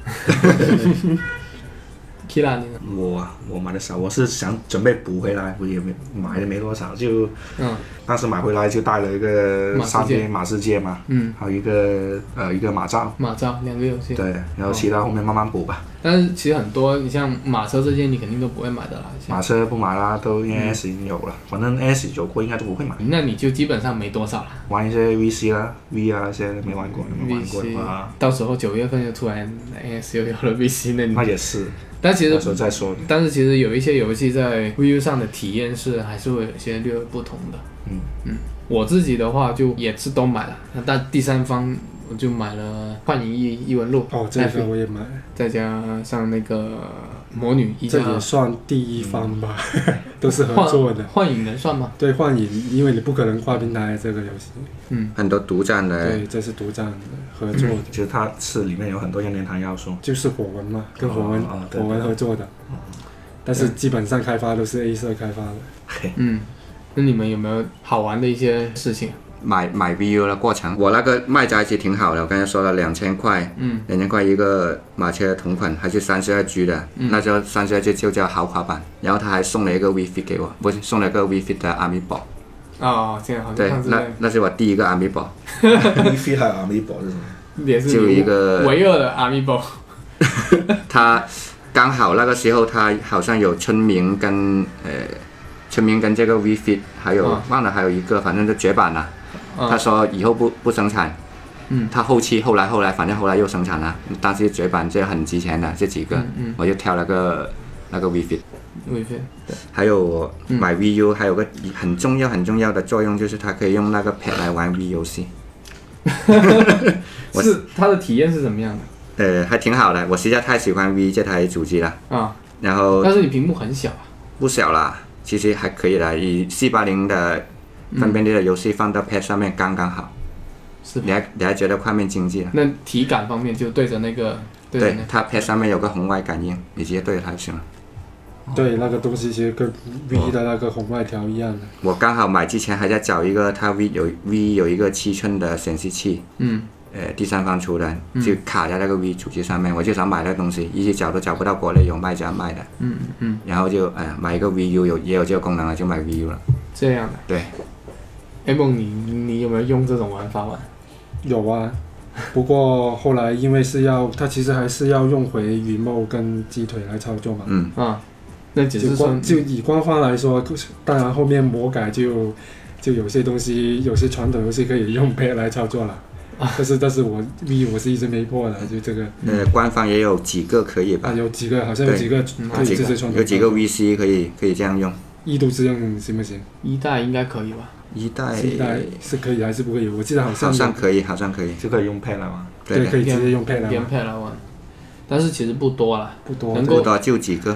A: Kira 你呢？
D: 我啊我买的少，我是想准备补回来，我也没买的没多少，就
A: 嗯
D: 当时买回来就带了一个
A: 马世界
D: 三边马世界嘛，
A: 嗯，
D: 还有一个呃一个马罩，
A: 马照两个游戏，
D: 对，然后其他后面慢慢补吧。
A: 但是其实很多，你像马车这些，你肯定都不会买的啦。像
D: 马车不买啦，都因为 S 已经有了，反正 S 有过应该都不会买。
A: 那你就基本上没多少了。
D: 玩一些 VC 啦、V 啊一些没玩过，没玩过的
A: VC，
D: 话，
A: 到时候九月份就突然哎 AS 又有了 VC，那你
D: 那也是，
A: 但其
D: 到
A: 实
D: 时候再说。
A: 但是其实有一些游戏在 Wii U 上的体验是还是会有一些略微不同的。
D: 嗯
A: 嗯，我自己的话就也是都买了，那但第三方我就买了《幻影异异闻录》
C: 哦，这个我也买，
A: 再加上那个《魔女一加
C: 这
A: 二
C: 也》算第一方吧，
A: 嗯
C: <laughs> 都是合作
A: 幻
C: 的。
A: 幻影能算吗？
C: 对幻影，因为你不可能跨平台这个游戏，
A: 嗯
B: 很多独占的
C: 对，这是独占的合作的，
D: 其实它是里面有很多任天堂要素，
C: 就是火纹嘛，跟火纹
D: 哦哦对
C: 火纹合作的，
B: 嗯
C: 但是基本上开发都是 A 社开发的。
A: 嗯，那你们有没有好玩的一些事情？
B: 买买 VU 的过程。我那个卖家其实挺好的，我刚才说了两千块，
A: 嗯，
B: 两千块一个马车同款，还是三十二 G 的，那时候三十二 G 就叫豪华版。然后他还送了一个 V Fit 给我，不是送了一个 V Fit 的阿米宝，
A: 哦，这样好像
B: 对
A: 上，次
B: 那那是我第一个阿米宝，
D: 你飞还有阿弥宝是什么？
A: 也是
B: 就一个
A: 唯二的 Amiibo，
B: 他刚好那个时候他好像有村民跟呃村民跟这个 V Fit，还有、
A: 嗯
B: 忘了还有一个，反正就绝版了。他说以后不不生产，
A: 啊嗯，
B: 它后期后来后来反正后来又生产了，但是绝版这很值钱的这几个，
A: 嗯嗯
B: 我就挑了个那个 Vivid，
A: 微飞，
B: 还有我
A: 嗯
B: 买 VU 还有个很重要很重要的作用就是它可以用那个 Pad 来玩 V 游戏，我
A: 是它的体验是怎么样的
B: 呃，还挺好的。我实在太喜欢 V 这台主机了，
A: 啊？
B: 然后
A: 但是你屏幕很小啊，
B: 不小啦，其实还可以啦，以四八零的分辨率的游戏放到 Pad 上面刚刚好，
A: 嗯是吧
B: 你还你还觉得画面经济了？
A: 那体感方面就对着那个对着
B: 对
A: 那，
B: 它 Pad 上面有个红外感应，你直接对着它就行了。哦
C: 对，那个东西其实跟 V 的那个红外条一样的，
B: 我刚好买之前还在找一个，它 V 有 V 有一个七寸的显示器，
A: 嗯
B: 呃，第三方出的，就卡在那个 V 主机上面，我就想买那个东西，一直找都找不到国内有卖家卖的，
A: 嗯嗯，
B: 然后就哎、买一个 VU 有也有这个功能了，就买 VU 了。
A: 这样的。
B: 对，
A: 哎梦，你你有没有用这种玩法玩？
C: 有啊。不过后来因为是要，它其实还是要用回羽毛跟鸡腿来操作嘛。
B: 嗯，
A: 啊，那只
C: 就是
A: 说
C: 官就以官方来说，当然后面魔改就就有些东西，有些传统游戏可以用 Pad 来操作了。
B: 啊
C: 但是但是我 V 我是一直没破的，就这个
B: 呃，官方也有几个可以
C: 啊
B: 吧？
C: 有几个好像有
B: 对
C: 几个
A: 嗯
C: 可以
B: 几
C: 支
B: 个
C: 持传统，
B: 有几个 VC 可以可以这样用，
C: 一度之用行不行？
A: 一代应该可以吧？
B: 一代
C: 现在是可以还是不可以？我记得好像
B: 哎好像可以，好像可以，
E: 就可以用 Pad 了嘛。
C: 对
B: 对
C: 可
B: 的，
C: 以直接用 Pad 来
A: 编
C: 玩，
A: 配来玩，但是其实不多啦。
C: 不多
A: 能
C: 对
A: 够
B: 不多就几个。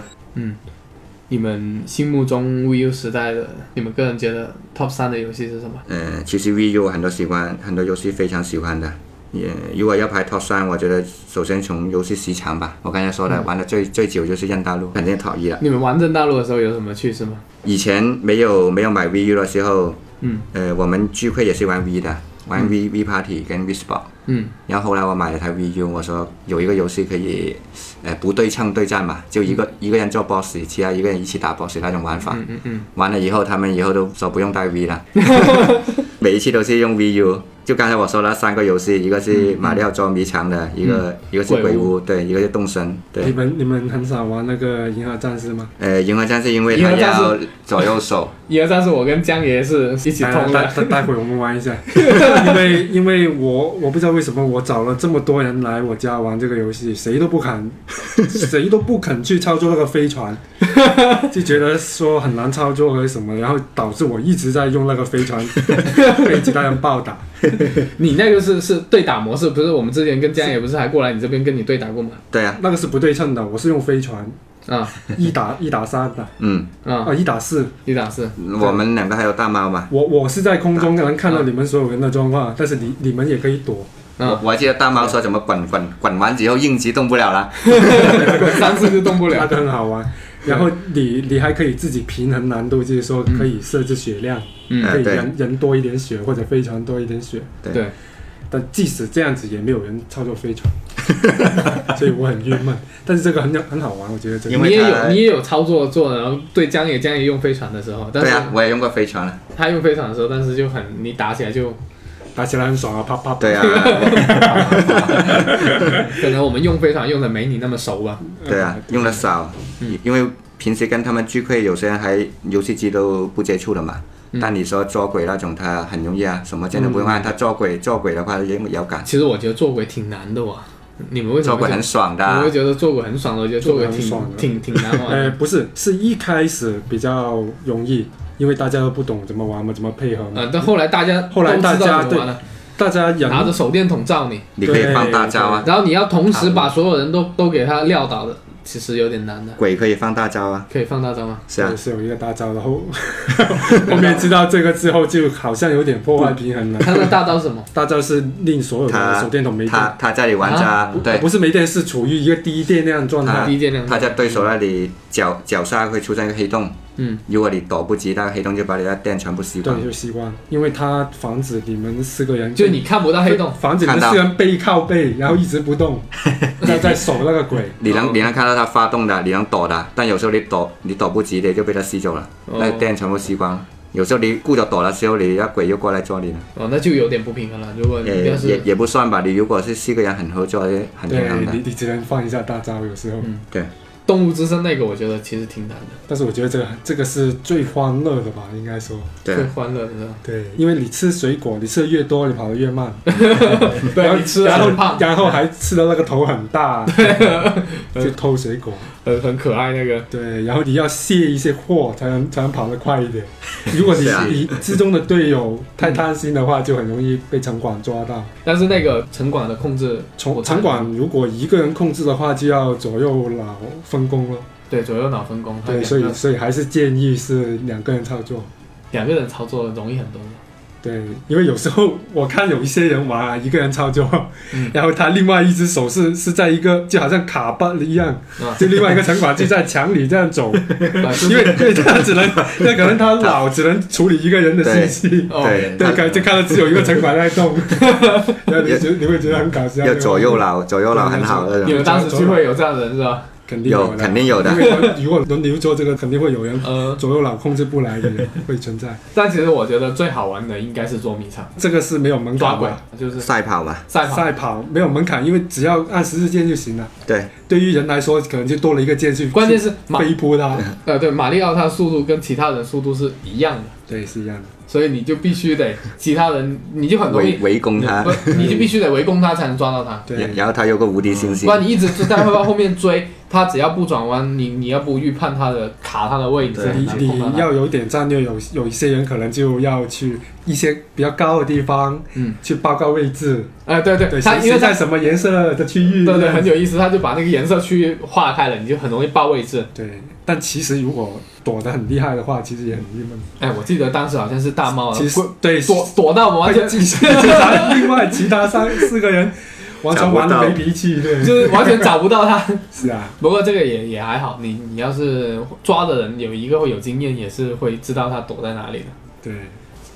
A: 你们心目中 VU 时代的，你们个人觉得 Top 三的游戏是什么？
B: 呃，其实 VU 我很多喜欢，很多游戏非常喜欢的。也如果要排 Top 三，我觉得首先从游戏时长吧。我刚才说的，玩的最最久就是《任大陆》，肯定 Top 一了。
A: 你们玩正大陆的时候有什么趣事吗？
B: 以前没有没有买 VU 的时候，
A: 嗯，
B: 呃，我们聚会也是玩 V 的，玩 V、V Party 跟 V Sport。
A: 嗯
B: 然后后来我买了台 VU，我说有一个游戏可以，呃，不对称对战嘛，就一个、一个人做 boss，其他一个人一起打 boss 那种玩法。
A: 嗯嗯嗯嗯，
B: 完了以后，他们以后都说不用带
A: <laughs>
B: V 了，每一期都是用 VU。就刚才我说了三个游戏，一个是马里奥捉迷藏的，一个、一个是
A: 嗯鬼嗯
B: 鬼屋，对，一个是动森，
C: 你
B: 对。
C: 们你们很少玩那个银河战士吗？
B: 呃，银河战士因为
A: 银
B: 它
A: 河战士
B: 要左右手，
A: 一二三是我跟江爷是一起
C: 待
A: 通
C: 待
A: 的。
C: 待待会我们玩
A: <laughs>
C: 一下，因为因为我我不知道为什么我找了这么多人来我家玩这个游戏，谁都不
A: <laughs>
C: 肯，谁都不肯去操作那个飞船，就觉得说很难操作和什么，然后导致我一直在用那个
A: <laughs>
C: 飞船被其他人暴打。
A: 你那个是是对打模式，不是我们之前跟江爷不是还过来你这边跟你对打过吗？
B: 对啊，
C: 那个是不对称的，我是用飞船
A: 啊
C: 一打一打三的，
B: 嗯，
A: 啊，
C: 啊一打四，
A: 一打啊四，
B: 我们两个还有大猫嘛，
C: 我我是在空中能看到你们所有人的状况，但是你你们也可以躲，
B: 我
A: 啊，
B: 我还记得大猫说怎么滚滚滚完之后应急动不了了，
A: 三四就动不
C: 那 <laughs>
A: 了。
C: 个很好玩。然后你你还可以自己平衡难度，就是说可以设置血量，
A: 嗯
C: 可以
B: 对
C: 人人多一点血或者飞船多一点血。
B: 对
A: 对，
C: 但即使这样子也没有人操作飞船，所以我很郁闷。但是这个很很好玩，我觉得这
B: 因
C: 个
B: 为
A: 你也
B: 他
A: 有你也有操作做的，然后对江野江野用飞船的时候，但
B: 对啊，
A: 是
B: 我也用过飞
A: <laughs>
B: 船了，
A: 他用飞船的时候，但是就很你打起来就，
C: 打起来很爽啊，啪啪啪。
B: 对啊，
A: 可能我们用飞船用的没你那么熟吧。
B: 对啊，用的少，因为平时跟他们聚会，有些人还游戏机都不接触的嘛。
C: 嗯
B: 但你说捉鬼那种，他很容易啊，什么键都不用按。他捉鬼捉鬼的话，也有感，
A: 其实我觉得做鬼挺难的哇，你们为什
B: 捉
A: 么
B: 鬼
A: 会觉
B: 很
A: 得？
B: 爽的
A: 我
B: 啊
A: 会。觉得做鬼很爽的，我觉得做鬼
C: 做鬼很爽
A: 挺
C: 的
A: 挺挺难
C: <laughs>
A: 玩
C: 呃，
A: 的。
C: 不是，是一开始比较容易，因为大家都不懂怎么玩嘛，怎么配合嘛。
A: 呃，但后来大家
C: 后来
A: 都知
C: 大
A: 道
C: 家
A: 怎么玩了，
C: 大家人
A: 拿着手电筒照你，
B: 你可以放大招啊，
A: 然后你要同时把所有人都都给他撂倒的，其实有点难的。
B: 鬼可以放大招啊，
A: 可以放大招吗？
B: 是啊
C: 对，是有一个大招，然后 <laughs> 后面知道这个之后，就好像有点破坏平衡了。
A: 他的大招是什么？
B: <laughs>
C: 大招是令所有的
B: 他
C: 手电筒没
B: 他
C: 电，
B: 他在你玩家，对
C: 不，是啊没电，是处于一个低电量状
B: 他
C: 态。
A: 低电量
B: 他在对手那里脚脚下会出现一个黑洞，
A: 嗯，
B: 如果你躲不及那个黑洞，就把你的电全部吸光
C: 对，。就习惯，因为它防止你们四个人，
A: 就你看不到黑洞，
C: 防止你们四个人背靠背，然后一直不
B: <laughs>
C: 动，在在守那个鬼。
B: 你能你能看到它发动的，你能躲的，但有时候你躲你躲不及，你就被它吸走了，
A: 哦
B: 那电全部吸光了。有时候你顾着躲的时候，你那鬼又过来抓你了，
A: 哦，那就有点不平衡了。如果你
B: 也
A: 要
B: 也
A: 嗯是
B: 也不 <laughs> 算吧。你如果是四个人很合作，很平嗯
C: 对
B: 衡的
C: 你，。你只能放一下大招，有时候。
B: 对。
A: 动物之声那个我觉得其实挺难的，
C: 但是我觉得这个这个是最欢乐的吧，应该说。
B: 对
A: 最
B: 啊，
A: 欢乐的是吧？
C: 对，因为你吃水果，你吃的越多，你跑得越慢，
A: <laughs>
C: 然
A: 对，
C: 后
A: 你吃了
C: 然后
A: 很胖，
C: 然后还吃的那个头很大，就偷水果。
A: <laughs> 很很可爱那个。
C: 对，然后你要卸一些货才能才能跑得快一
A: <laughs>
C: 点。如果你
B: 是啊
C: 你之中的队友太贪心的话，就很容易被城管抓到。
A: 但是那个城管的控制，
C: 城
A: 我看
C: 城管如果一个人控制的话，就要左右脑分工了。
A: 对左右脑分工，它
C: 对，
A: 两
C: 所以
A: 个
C: 所以还是建议是两个人操作。
A: 两个人操作容易很 <laughs> 多。
C: 对，因为有时候我看有一些人玩啊，一个人操作，
A: 嗯
C: 然后他另外一只手是是在一个就好像卡巴一样，
A: 啊
C: 就另外一个城管就在墙里这样走， <laughs>
A: 啊就是
C: 因为因为他只能，那可能他脑只能处理一个人的信息，
A: 哦
B: 对，
C: 对，
B: 他
C: 可就看到只有一个城管在
B: <laughs>
C: 动，然后你觉你会觉得很搞笑，
B: 要左右脑，左右脑很好的
A: 你
B: 人，
A: 们当时聚会有这样的人是吧？
C: 肯定
B: 有
C: 的
B: 肯定有的
C: 因。为如果轮流做这个，肯定会有人
A: 呃，
C: 左右脑控制不来的人会存在，
A: 但其实我觉得最好玩的应该是捉迷藏、
C: 这个是没有门
A: 抓
C: 槛
A: 鬼
C: 的。，
A: 就是
B: 赛跑嘛，
A: 赛跑。
C: 赛跑没有门槛，因为只要按时日键就行了。
B: 对，
C: 对于人来说，可能就多了一个键去，
A: 关键是马
C: 飞扑
A: <laughs>
C: 它。
A: 呃对马里奥他的速度跟其他人速度是一样的，
C: 对，是一样的。
A: 所以你就必须得其他人你就很容易
B: 围，围攻他，
A: 不你就必须得围攻他才能抓到他，
C: 对，
B: 然后他有个无敌星
C: 嗯
A: 不
B: 星，
A: 然嗯你一直在他后面追，他只要不转弯，你你要不预判他的卡他的位置，很
C: 你
A: 难碰到
C: 你
A: 他
C: 要有点战略，有有一些人可能就要去一些比较高的地方，
A: 嗯，
C: 去报告位置，
A: 哎对对，
C: 对，
A: 他
C: 谁
A: 因为
C: 谁
A: 他
C: 在什么颜色的区域，
A: 对对很
C: 久。
A: 有意思，他就把那个颜色区域划开了，你就很容易霸位置。
C: 对，但其实如果躲得很厉害的话，其实也很郁闷。
A: 哎，我记得当时好像是大猫啊，
C: 其实对，
A: 躲躲到我们完
C: 会
A: 全 <laughs>
C: 记性，其他另外其他三四个人完全
B: 找
C: 玩
B: 不
C: 的
B: 到
C: 没脾气，对，
A: 就是完全找不到他。
C: 是啊，
A: 不过这个也也还好，你你要是抓的人有一个会有经验，也是会知道他躲在哪里的。
C: 对，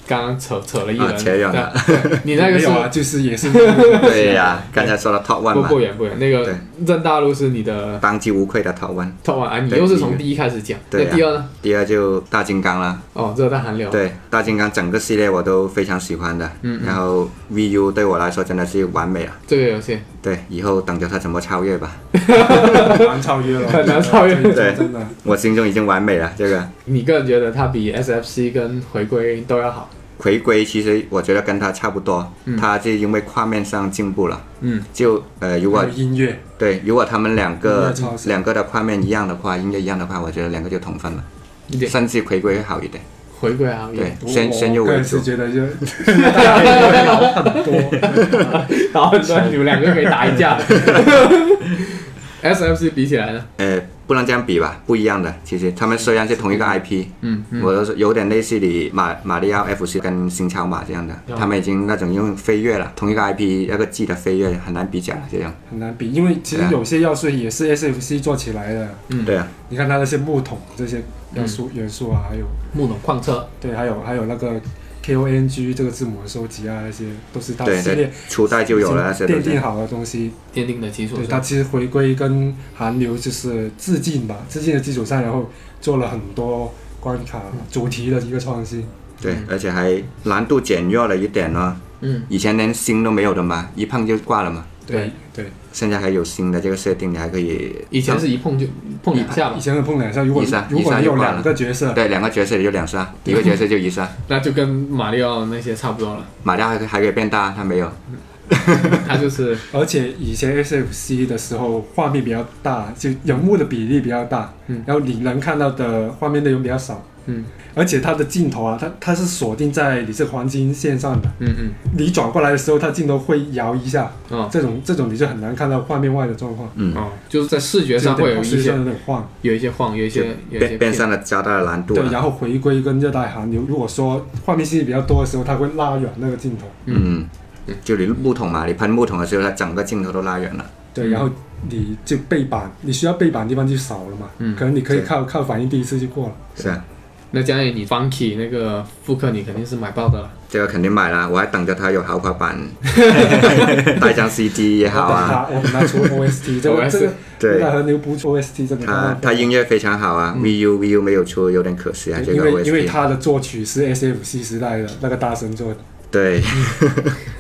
A: 刚刚扯扯了一
B: 啊
A: 人，
B: 扯远了
A: 对对你那个
B: <laughs>
C: 没
A: 是
C: 有啊，就是也是
B: 对呀，刚才说了 top one
A: 不
B: 嘛
A: 不，远不远，那个
B: 对
A: 任大陆是你的
B: 当之无愧的 top one。
A: top one，啊你
B: 对
A: 又是
B: 第一
A: 从
B: 个
A: 第一开始讲，那
B: 对啊
A: 第二呢？
B: 第二就大金刚啦，
A: 哦，热带寒流，
B: 对，大金刚整个系列我都非常喜欢的。嗯然后 VU 对我来说真的是完美了，
A: 这个游戏
B: 对，以后等着它怎么超越吧。
C: 很难超越
A: <laughs>
C: 了，
A: 很难超越
C: <laughs> 真的
B: 对
C: 真的。
B: 我心中已经完美了，这个
A: 你个人觉得它比 SFC 跟回归都要好？
B: 回归其实我觉得跟它差不多，
C: 嗯
B: 它是因为画面上进步了。
A: 嗯，
B: 就呃，如果
C: 还有音乐，
B: 对，如果他们两
C: 音乐
B: 个
C: 超市
B: 两个的画面一样的话，音乐一样的话，我觉得两个就同分了，
A: 一点
B: 甚至回归会好一点。
A: 回归啊， <laughs>
B: 对，
C: 我
B: 先先
C: 哦我
B: 入
C: 个
B: 为
C: 人
B: 主
C: 是。觉得就好很多，
A: 然后你们两个可以打一
B: <laughs>
A: 架。SFC 比起来呢？
B: 呃，不能这样比吧，不一样的。其实他们虽然是同一个 IP，
A: 嗯，
B: 我都是有点类似你马马里奥 FC 跟新超马这样的，他们已经那种用飞跃了，同一个 IP 那个 G 的飞跃很难比较了，这样。
C: 很难比，因为其实
B: 啊
C: 有些要素也是 SFC 做起来的。
A: 嗯
B: 对啊，
C: 你看它那些木桶这些要素元素啊，还有
A: 木桶矿车，
C: 对，还有还有那个 KONG 这个字母的收集啊，那些都是它
B: 对
C: 系列
B: 对，初代就有了那些
C: 已经奠
B: 东西
C: 定。好的东西。
A: 奠定的基础
C: 对，
A: 是
C: 它
A: 吧？
C: 其实回归跟韩流就是致敬吧，致敬的基础上，然后做了很多关卡主题的一个创新。
B: 对，而且还难度减弱了一点咯。
A: 嗯，
B: 以前连星都没有的嘛，一碰就挂了嘛。
C: 对对，
B: 现在还有新的这个设定，你还可以
A: 以前是一碰就碰两下嘛
C: 以，前的碰两下，如果
B: 以上
C: 如
B: 以
C: 果
B: 上
C: 你
B: 就
C: 有
B: 挂
C: 两
B: 了
C: 个角色，
B: 对两个角色也就两杀，一个角色就一杀。
A: 那就跟马里奥那些差不多了，
B: 马里奥还可以还可以变大，他没有。
A: 它
C: <laughs>
A: 就是
C: 而且以前 SFC 的时候，画面比较大，就人物的比例比较大，
A: 嗯
C: 然后你能看到的画面内容比较少，
A: 嗯，
C: 而且它的镜头啊，它它是锁定在你这黄金线上的，
A: 嗯嗯
C: 你转过来的时候，它镜头会摇一下，
A: 哦
C: 这种这种你就很难看到画面外的状况，
B: 嗯，
A: 哦，就是在视觉上会有一
C: 视觉
A: 些
C: 上有点晃，
A: 有一些晃，有一些有一些
B: 变变上了加大了难度
A: 啊
B: 啊
C: 对，
B: 了。
C: 然后回归跟热带寒流，如果说画面信息比较多的时候，它会拉远那个镜头，
B: 嗯，就你木桶嘛，你喷木桶的时候，它整个镜头都拉远了。
A: 嗯
C: 对，然后你就背板，你需要背板的地方就少了嘛，
A: 嗯
C: 可能你可以
B: 对
C: 靠靠反应第一次就过了。
B: 是啊，
A: 那将来你 Funky 那个复刻你肯定是买爆的了，
B: 这个肯定买了，我还等着它有豪
A: <laughs>
B: 华版，带张 CD 也好啊。
C: 我等他，我等
B: <laughs>
C: 他出 OST，这
A: OST
C: 个这个
B: 对
C: 那和牛不出 OST 真的没
B: 它
C: 办法
B: 它音乐非常好
A: 嗯
B: 啊，VU VU 没有出，有点可惜啊。这
C: 对因
B: 个
C: 为因为
B: OST <laughs>
C: 他的作曲是 SFC 时代的那个大神做的，
B: 对，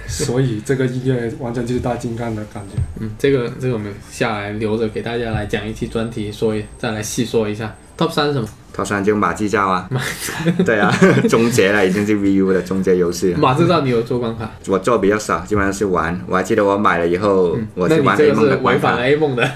C: 所以这个音乐完全就是大金刚的感觉。
A: 嗯，这个这个我们下来留着给大家来讲一期专题，说一再来细说一下 top 三是什么？
B: 套上就马季
A: <laughs>
B: 照啊， <laughs> 对啊，终结了，已经是 VU 的终结游戏了。
A: 马知道你有做关卡，
B: 我做比较少，基本上是玩。我还记得我买了以后，我
A: 嗯那
B: 去
A: 你
B: 玩
A: 这
B: A
A: 个
B: 梦
A: 是
B: 的
A: 违
B: 关
A: 反
B: 卡
A: 了。A
B: <laughs>
A: 梦的 <laughs>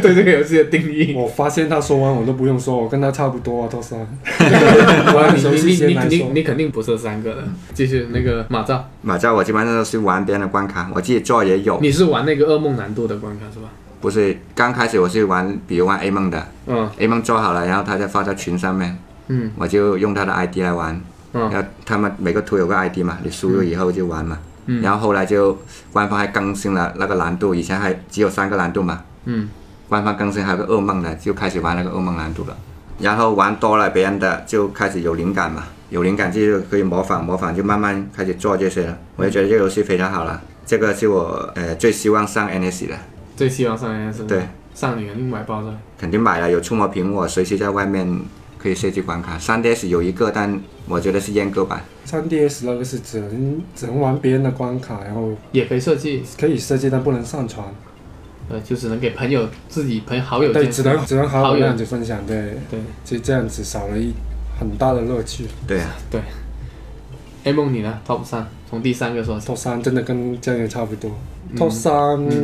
A: 对这个游戏的定义。
C: 我发现他说完我都不用说，我跟他差不多啊，都是啊。
A: 我 <laughs>
C: 按
A: 你
C: 熟悉
A: 你
C: 先
A: 你
C: 来
A: 你
C: 说
A: 你肯定不是三个的。继续那个马照，
B: 马照我基本上都是玩别人的关卡，我自己做也有。
A: 你是玩那个噩梦难度的关卡是吧？
B: 不是，刚开始我是玩，比如玩 A 梦的
A: 嗯
B: ，A 梦做好了，然后他再发到群上面，
A: 嗯
B: 我就用他的 ID 来玩。
A: 嗯
B: 然后他们每个图有个 ID 嘛，你输入以后就玩嘛。
A: 嗯
B: 然后后来就官方还更新了那个难度，以前还只有三个难度嘛，
A: 嗯
B: 官方更新还有个噩梦的，就开始玩那个噩梦难度了。然后玩多了别人的就开始有灵感嘛，有灵感就可以模仿，模仿就慢慢开始做这些了。我就觉得这个游戏非常好了，这个是我呃最希望上 NS 的，
A: 最希望上 N S
B: 对，
A: 上女人另外包装。
B: 肯定买了，有触摸屏，我随时在外面可以设计关卡。3DS 有一个，但我觉得是阉割版，
C: 3 DS 那个是只能只能玩别人的关卡，然后
A: 也可以设计，
C: 可以设计，但不能上传。
A: 呃，就只能给朋友、自己朋友、好友
C: 对，
A: 间
C: 只能只能好
A: 好
C: 好
A: 友
C: 那样子分享，对，
A: 对
C: 就这样子少了一很大的乐趣。
B: 对啊。
A: A 梦你呢？Top 三，从第三个说起。
C: Top 三真的跟这个差不多。Top 三、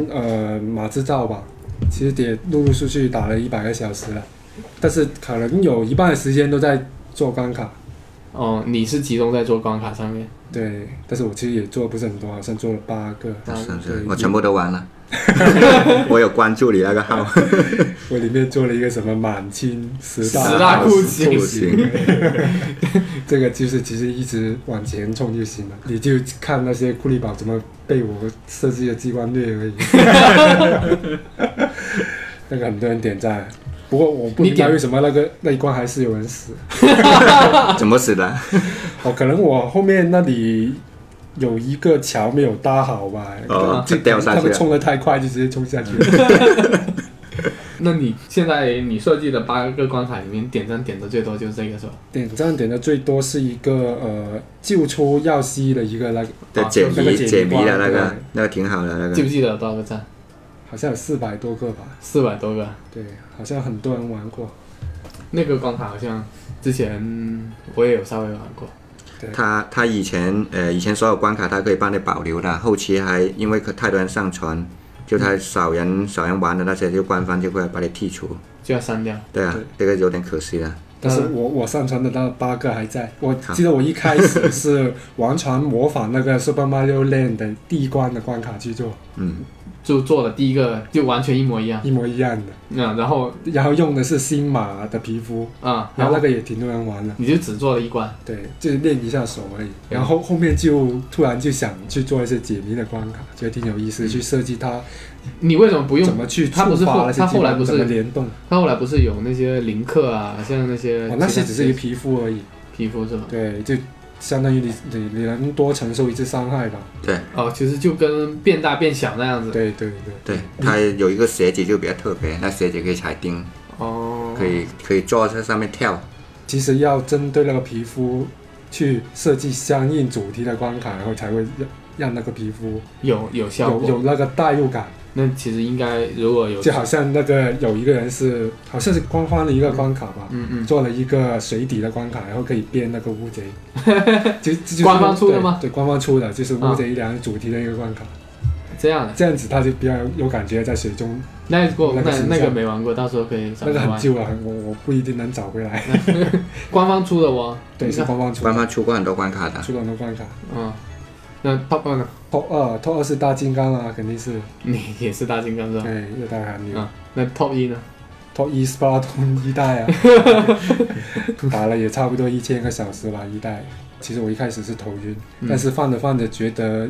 C: 呃马自照吧，其实也陆陆续续打了一百个小时了，但是可能有一半的时间都在做关卡。
A: 哦，你是集中在做关卡上面，
C: 对，但是我其实也做了不是很多，好像做了八个。
B: 是
C: 对
B: 是，我全部都
C: <laughs>
B: 玩了。我有关注你那个号，
C: 我里面做了一个什么满清十大
A: 十大酷
B: 刑酷刑，
C: <laughs> 这个就是其实一直往前冲就行了，你就看那些库里宝怎么被我设计的机关虐而已。 <laughs> 那个很多人点赞，不过我不
A: 你
C: 明白
A: 点
C: 为什么那个那一关还是有人死。
B: 怎么死的？
C: 哦，可能我后面那里有一个桥没有搭好吧，
B: 哦
C: 就
B: 就掉下去了
C: 他们冲的太快就直接冲下去了。
A: 那你现在你设计的八个关卡里面，点赞点的最多就是这个是吧？
C: 点赞点的最多是一个呃救出耀西的一个那个，
B: 对，
A: 哦
B: 解
C: 就那
B: 谜
C: 个解谜
B: 解谜的那
C: 关
B: 个
C: 对，
B: 那个挺好的那
A: 记不
B: 个。
A: 记得有多少个赞？
C: 好像有四百多个吧，
A: 四百多个。
C: 对，好像很多人玩过。
A: 那个关卡好像之前我也有稍微玩过，
B: 他他以前呃以前所有关卡他可以帮你保留的，后期还因为可太多人上传，就他少人少人玩的那些，就官方就会把你剔除。
A: 就要删掉。
B: 对啊，这个有点可惜了。
C: 但
A: 嗯
C: 是我我上传的那八个还在，我记得我一开始是完全模仿那个 Super Mario Land 的第一关的关卡去做，
B: 嗯，
A: 就做了第一个就完全一模一样，
C: 一模一样的，
A: 嗯，然后
C: 然后用的是新马的皮肤，
A: 啊、然
C: 然后
A: 后
C: 那个也挺多人玩的，
A: 你就只做了一关，
C: 对，就是练一下手而
A: 嗯
C: 已。然后后面就突然就想去做一些解谜的关卡，觉得挺有意思，去设计它
A: 你为什嗯么不
C: 怎
A: 用？
C: 么去
A: 他
C: 触
A: 不是后
C: 发那些
A: 他
C: 机
A: 后来不
C: 关，
A: 是
C: 怎么联动，
A: 他后来不是有那些林克啊，像那些
C: 哦，那些只是一
A: 其
C: 个
A: 啊
C: 皮肤而已，
A: 他皮肤是吧？
C: 对，就相当于你你你能多承受一次伤害吧，
A: 哦，其实就跟变大变小那样子。
C: 对对对。
B: 对，他有一个鞋子就比较特别，那鞋子可以踩钉，
A: 哦，
B: 可以可以坐在上面跳。
C: 其实要针对那个皮肤去设计相应主题的关卡，然后才会让让那个皮肤
A: 有有效
C: 有
A: 果。
C: 有那个代入感。
A: 那其实应该如果有
C: 就好像那个有一个人是好像是官方的一个关卡吧，
A: 嗯嗯，
C: 做了一个水底的关卡，然后可以变那个乌
A: <laughs>
C: 贼。就就是
A: 官方出的吗啊
C: 对？对，官方出的，就是乌贼两个主题的一个关卡，
A: 这样的。
C: 这样子他就比较有感觉，在水中
A: 那如果
C: 那个
A: 那
C: 形
A: 那
C: 象
A: 个没玩过，到时候可以找
C: 那个
A: 来
C: 很
A: 玩。
C: 旧了，啊我我不一定能找回来。
A: 官方出的哦，
C: <laughs> 对，
A: 你
C: 是
A: 看
C: 官方出的，
B: 官方出过很多关卡的，
C: 出了很多关卡。
A: 嗯，那 Top One 呢？ <laughs>
C: Top 二，Top 二是大金刚啊，肯定是
A: 你也是大金刚是吧？
C: 对，热带寒流。
A: 啊，那 Top 一呢？
C: Top 一斯巴达通一代
A: <laughs>
C: 啊，打了也差不多一千个小时吧，一代。其实我一开始是头晕，
A: 嗯
C: 但是放着放着觉得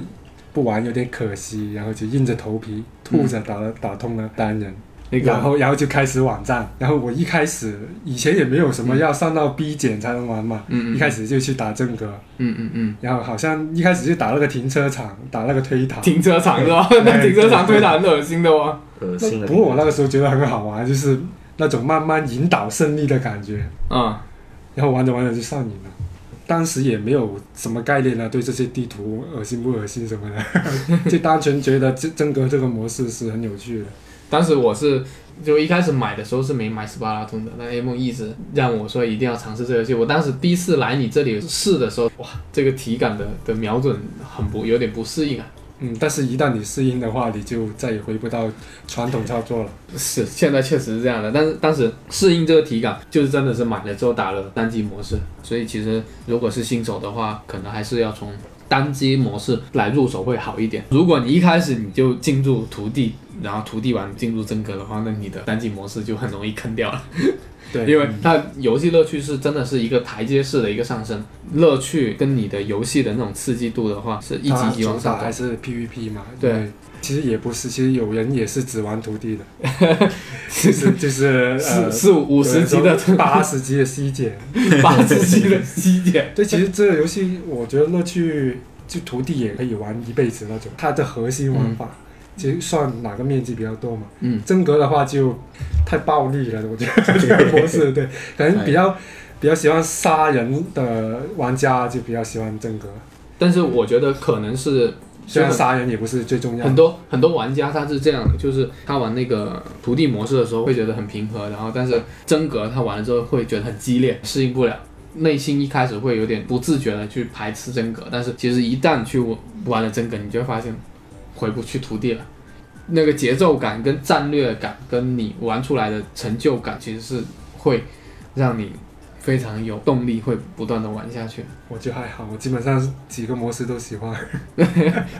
C: 不玩有点可惜，然后就硬着头皮吐
A: 嗯
C: 着打了、打通了单人，
A: 那
C: 然
A: 个
C: 后然后就开始网站。然后我一开始以前也没有什么要上到 B 检才能玩嘛，
A: 嗯嗯嗯
C: 一开始就去打正格，
A: 嗯嗯嗯，
C: 然后好像一开始就打那个停车场，打那个推塔。
A: 停车场是吧？ <laughs> 那停车场推打很恶心的哦。
D: 恶
C: 那
D: 呃心的。
C: 不过我那个时候觉得很好玩，就是那种慢慢引导胜利的感觉。
A: 啊，
C: 然后玩着玩着就上瘾了。当时也没有什么概念啊，对这些地图恶心不恶心什么
A: <laughs>
C: 的，就单纯觉得这真格这个模式是很有趣的。
A: 当时我是就一开始买的时候是没买斯巴达通的，那 A 梦一直让我说一定要尝试这个游戏。我当时第一次来你这里试的时候，哇，这个体感的的瞄准很不有点不适应啊。
C: 嗯，但是一旦你适应的话，你就再也回不到传统操作了。
A: 是，现在确实是这样的，但是当时适应这个体感，就是真的是买了之后打了单机模式，所以其实如果是新手的话，可能还是要从单机模式来入手会好一点。如果你一开始你就进入徒弟，然后徒弟完进入真格的话，那你的单机模式就很容易坑掉了，
C: <laughs> 对，嗯
A: 因为它游戏乐趣是真的是一个台阶式的一个上升，乐趣跟你的游戏的那种刺激度的话是一级
C: 它
A: 一级往
C: 主打
A: 上
C: 还
A: 的。
C: 是 PVP 嘛？
A: 对
C: 因为，其实也不是，其实有人也是只玩徒弟的，就是就是
A: 四
C: 呃，
A: 四五五十级的
C: 八十级的 C 姐。
A: <laughs> 八十级
C: <laughs>
A: 的西点，
C: 对，其实这个游戏我觉得乐趣就徒弟也可以玩一辈子那种，它的核心玩法。其实算哪个面积比较多嘛？
A: 嗯，
C: 真格的话就太暴力了，我觉得这个模
A: <laughs>
C: 式对，可能比
A: 哎
C: 较比较喜欢杀人的玩家就比较喜欢真格，
A: 但是我觉得可能是
C: 虽然杀人也不是最重要的
A: 很。多很多玩家他是这样的，就是他玩那个徒弟模式的时候会觉得很平和，然后但是真格他玩了之后会觉得很激烈，适应不了，内心一开始会有点不自觉的去排斥真格，但是其实一旦去玩了真格，你就会发现回不去徒弟了。那个节奏感、跟战略感、跟你玩出来的成就感，其实是会让你非常有动力，会不断的玩下去。
C: 我就还好，我基本上几个模式都喜欢。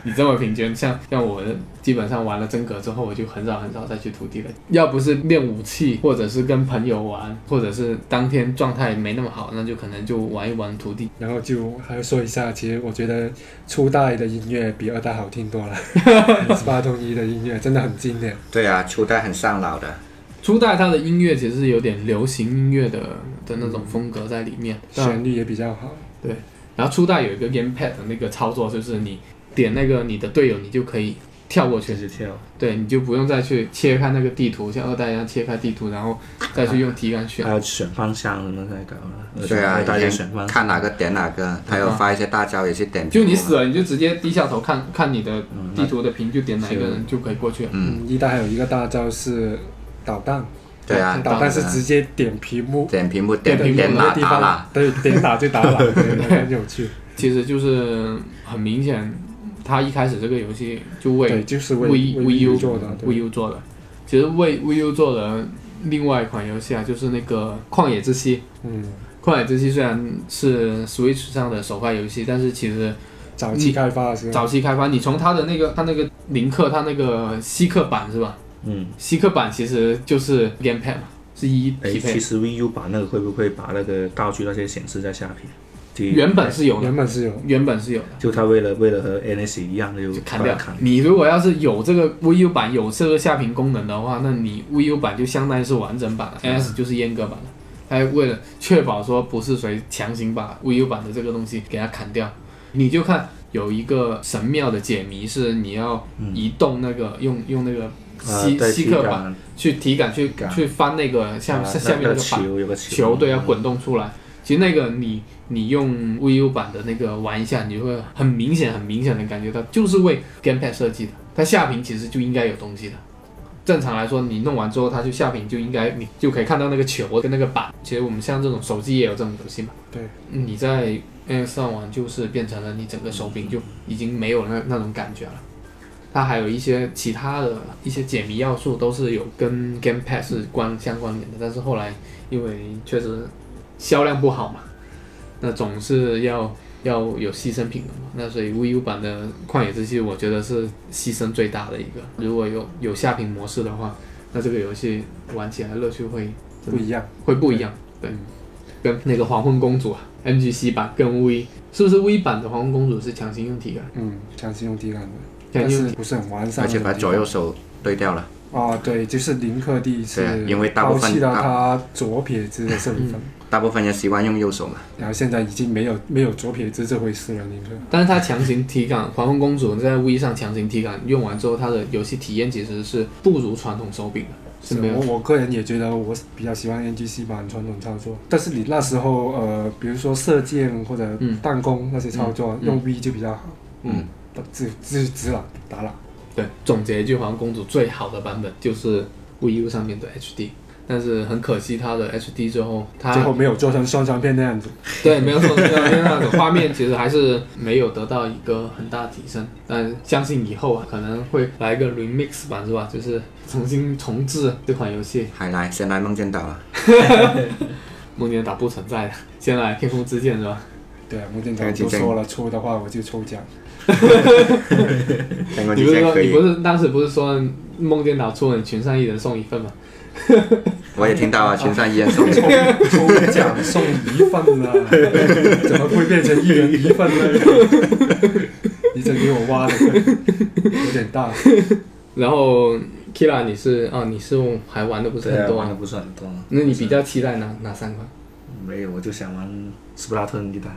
A: 你这么平均，像像我基本上玩了真格之后，我就很少很少再去徒弟了。要不是练武器，或者是跟朋友玩，或者是当天状态没那么好，那就可能就玩一玩徒弟。
C: 然后就还要说一下，其实我觉得初代的音乐比二代好听
A: <laughs>
C: 多了，十八通一的音乐真的很经典。
B: 对啊，初代很上脑的，
A: 初代它的音乐其实是有点流行音乐的的那种风格在里面，
C: 旋律也比较好。
A: 然后初代有一个 gamepad 的那个操作，就是你点那个你的队友，你就可以跳过去，
F: 确实跳。
A: 对，你就不用再去切开那个地图，像二代一样切开地图，然后再去用体感选
D: 还。有选方向什么呃在搞了，
B: 对啊，
D: 大家
B: 以
D: 选
B: 前
D: 方向。
B: 看哪个点哪个，他有发一些大招也是点。啊
A: 就你死，了，你就直接低下头
C: 嗯
A: 看看你的地图的屏，就点哪一个人就可以过去了。
B: 嗯，
C: 嗯，一代还有一个大招是导弹，嗯
B: 对啊，
C: 导弹是直接点屏幕，
B: 点屏幕
A: 点
B: 点
A: 屏幕
B: 点
C: 某
B: 哪
C: 个地
B: 打
C: 方
B: 哪，，
C: 对，点打就
B: <laughs>
C: 打了，对很有趣。
A: 其实就是很明显，他一开始这个游戏就
C: 对，
A: 为
C: 就是为
A: V
C: 为
A: U
C: 做的，
A: V
C: 对，
A: U 做的。其实为 V U 做的另外一款游戏啊，就是那个《旷野之息》。
C: 嗯，
A: 《旷野之息》虽然是 Switch 上的首发游戏，但是其实
C: 早期开发的时候，
A: 早期开发，你从它的那个它那个林克它那个稀克版是吧？
E: 嗯，
A: 稀克版其实就是 GamePad 嘛，是一
E: 哎，
A: 匹配
E: 其
A: 的。
E: 实 VU 把那个会不会把那个道具那些显示在下屏？就
A: 原本是有的，
C: 原本是有，
A: 原本是有的。
E: 就他为了为了和 NS 一样，就
A: 就
E: 把
A: 砍
E: 它
A: 掉
E: 砍。
A: 你如果要是有这个 VU 版有这个下屏功能的话，那你 VU 版就相当于是完整版
E: 啊
A: 了，NS 就是阉割版了。它为了确保说不是谁强行把 VU 版的这个东西给它砍掉，你就看有一个神庙的解谜是你要移动那个、用用那个
E: 呃
A: 稀
E: 嗯对
A: 稀客
E: 体
A: 版
E: 感
A: 去体感去
E: 感
A: 去翻那个下
E: 啊
A: 下下面
E: 那
A: 那
E: 个
A: 个板
E: 球有个
A: 球对啊要滚动出来。其实那个你你用 VU 版的那个玩一下，你就会很明显很明显的感觉到，就是为 GamePad 设计的。它下屏其实就应该有东西的。正常来说，你弄完之后，它就下屏就应该你就可以看到那个球跟那个板。其实我们像这种手机也有这种游戏嘛。
C: 对。
A: 你在 NS 上玩，就是变成了你整个手柄就已经没有那那种感觉了。它还有一些其他的一些解谜要素都是有跟 GamePad 是关相关联的，但是后来因为确实销量不好嘛，那总是要要有牺牲品的嘛。那所以 VU 版的《旷野之息》，我觉得是牺牲最大的一个。如果有有下屏模式的话，那这个游戏玩起来乐趣会
C: 不一样，
A: 会不一样。对，跟那个黄昏公主啊，MGC 版跟 V 是不是 V 版的黄昏公主是强行用体感？
C: 嗯，强行用体感的，
A: 强
C: 但
A: 行
C: 是
A: 用体
C: 不是很完善
B: 而
C: 的地
B: 且
C: 方，
B: 把左右手对掉了。
C: 啊，对，就是林克第一次
B: 对啊因为大部
C: 抛
B: 分
C: 弃了
B: 大
C: 他左撇子的身份，
A: 嗯
B: 大部分人习惯用右手嘛，
C: 然后现在已经没有没有左撇子这回事了，林克。
A: 但是它强行体感，黄昏公主在 V 上强行体感用完之后，它的游戏体验其实是不如传统手柄的。是
C: 是
A: 没有
C: 我我个人也觉得我比较喜欢 NGC 版传统操作，但是你那时候呃，比如说射箭或者
A: 嗯
C: 弹弓那些操作，
A: 嗯嗯
C: 用 V 就比较好。
A: 嗯，
C: 自自自了打了。
A: 对，总结一句，好像公主最好的版本就是 Wii U 上面的 HD，但是很可惜它的 HD 之后，它
C: 最后没有做成双长片那样子。
A: <laughs> 对，没有错，因为那种画面其实还是没有得到一个很大的提升，但相信以后啊可能会来一个 remix 版是吧？就是重新重置这款游戏，
B: 还来，先来梦见岛啊，
A: 梦见打不存在的，先来天空之剑是吧？
C: 对啊，木电
B: 那
C: 长
B: 个
C: 都
B: 竞争
C: 说了抽的话我就抽奖。
B: 天空
A: 你
B: 之
A: 不是
B: 剑
A: 说
B: 可
A: 你不
B: 以，
A: 是当时不是说梦见岛出了全上一人送一份吗？
B: 我也听到
A: 哦
B: 啊，群山一人送 <laughs> 你，
C: 抽奖送一份呢，怎么会变成一人一份呢？你这给我挖的有点大。
A: 然后 Kira 你是啊、你是还玩的不是
D: 对
A: 很
D: 啊，
A: 多、
D: 玩的不是很多。
A: 那你比较期待哪哪三款？
D: 没有，我就想玩斯普拉特恩一代。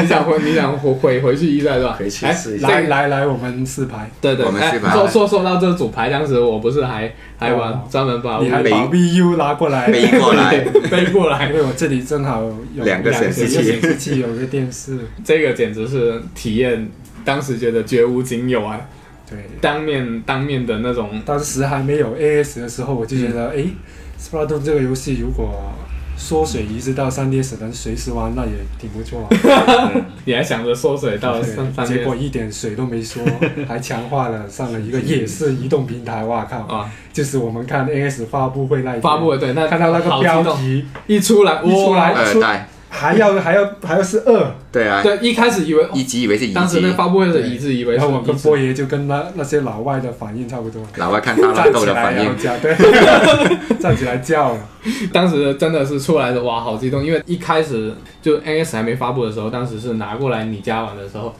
A: 你想回你想回回回去一代是吧？
D: 回去
A: 哎
D: 试一下
A: 这
C: 来
A: 个
C: 来来，我们四排，
A: 对对，
B: 我们
A: 哎
B: 去吧
A: 说说说到这组牌，当时我不是还还玩
C: 哦
A: 专门把
C: 你还
B: 没
C: 把 VU 拉过来，
B: 飞
A: <laughs>
B: 过来，
A: 背过来
C: 因，为我这里正好有
B: 两个显示器
C: 两个显示器，有一个电视。
A: 这个简直是体验，当时觉得绝无仅有啊！
C: 对，
A: 当面当面的那种，
C: 当时还没有 AS 的时候，我就觉
B: 嗯
C: 得，哎、s p l a t o o n 这个游戏如果缩水移植到 3DS 能随时玩，那也挺不错、啊。
A: 你还想着缩水到上
C: 对
A: 上
C: 结
A: 面
C: 果一点水都
A: <laughs>
C: 没缩，还强化了上了一个也是移动平台，哇靠！
A: 啊，
C: 就是我们看 AS 发布会那一天
A: 发布了对，那
C: 嗯看到那
A: 好激
C: 个标
A: 动，
C: 题，
A: 一出来
C: 一出来
A: 哇
B: 二代，
A: <laughs>
C: 还要还要还要是二，
B: 对啊，
A: 对，一开始以为
B: 一级以为是一
A: 当时那
B: 级，
A: 发布会的
C: 对
A: 一致以为
C: 然
A: 是
C: 后我跟
A: 一
C: 波
A: 致，
C: 爷就跟那那些老外的反应差不多，
B: 老外看到了
C: 站
B: 豆
C: 起
B: 的
C: 来
B: 反
C: 然后
A: 啊
B: 应，
C: 叫，
A: <laughs>
C: 对，站起来叫了。
A: 当时真的是出来的哇，好激动，因为一开始就 NS 还没发布的时候，当时是拿过来你家玩的时候。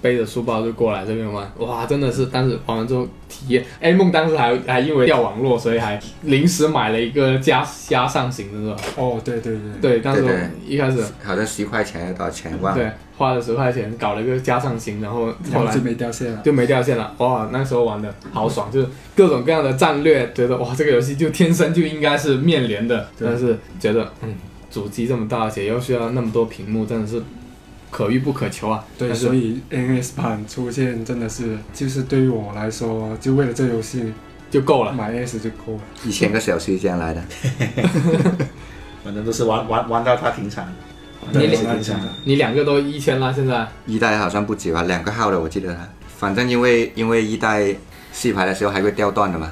A: 背着书包就过来这边玩，哇，真的是当时玩完之后体验。A 梦当时还还因为掉网络，所以还临时买了一个加加上型的是吧？
C: 哦，对对对，
A: 对，当时我
B: 对对
A: 一开始
B: 好像十块钱还是多少钱忘了，
A: 对花了十块钱搞了一个加上型，然后
C: 然
A: 后
C: 后
A: 来
C: 就没掉线了。
A: 就没掉线了。哇，那时候玩的好爽，就是各种各样的战略，觉得哇这个游戏就天生就应该是面连的，
C: 对
A: 但是觉得嗯主机这么大，而且又需要那么多屏幕，真的是可遇不可求啊。
C: 对，
A: 但是
C: 所以 NS 版出现真的是，就是对于我来说，就为了这游戏
A: 就够了。
C: 买 S 就够了。
B: 一千个小时这样来的，
D: 反正都是玩玩玩到它停产，玩到
A: 你
C: 对
D: 它
A: 两
C: 我来
D: 停产
C: 讲。
A: 你两个都一千啦，现在
B: 一代好像不止吧，两个号的我记得他，反正因为因为一代戏牌的时候还会掉段的嘛，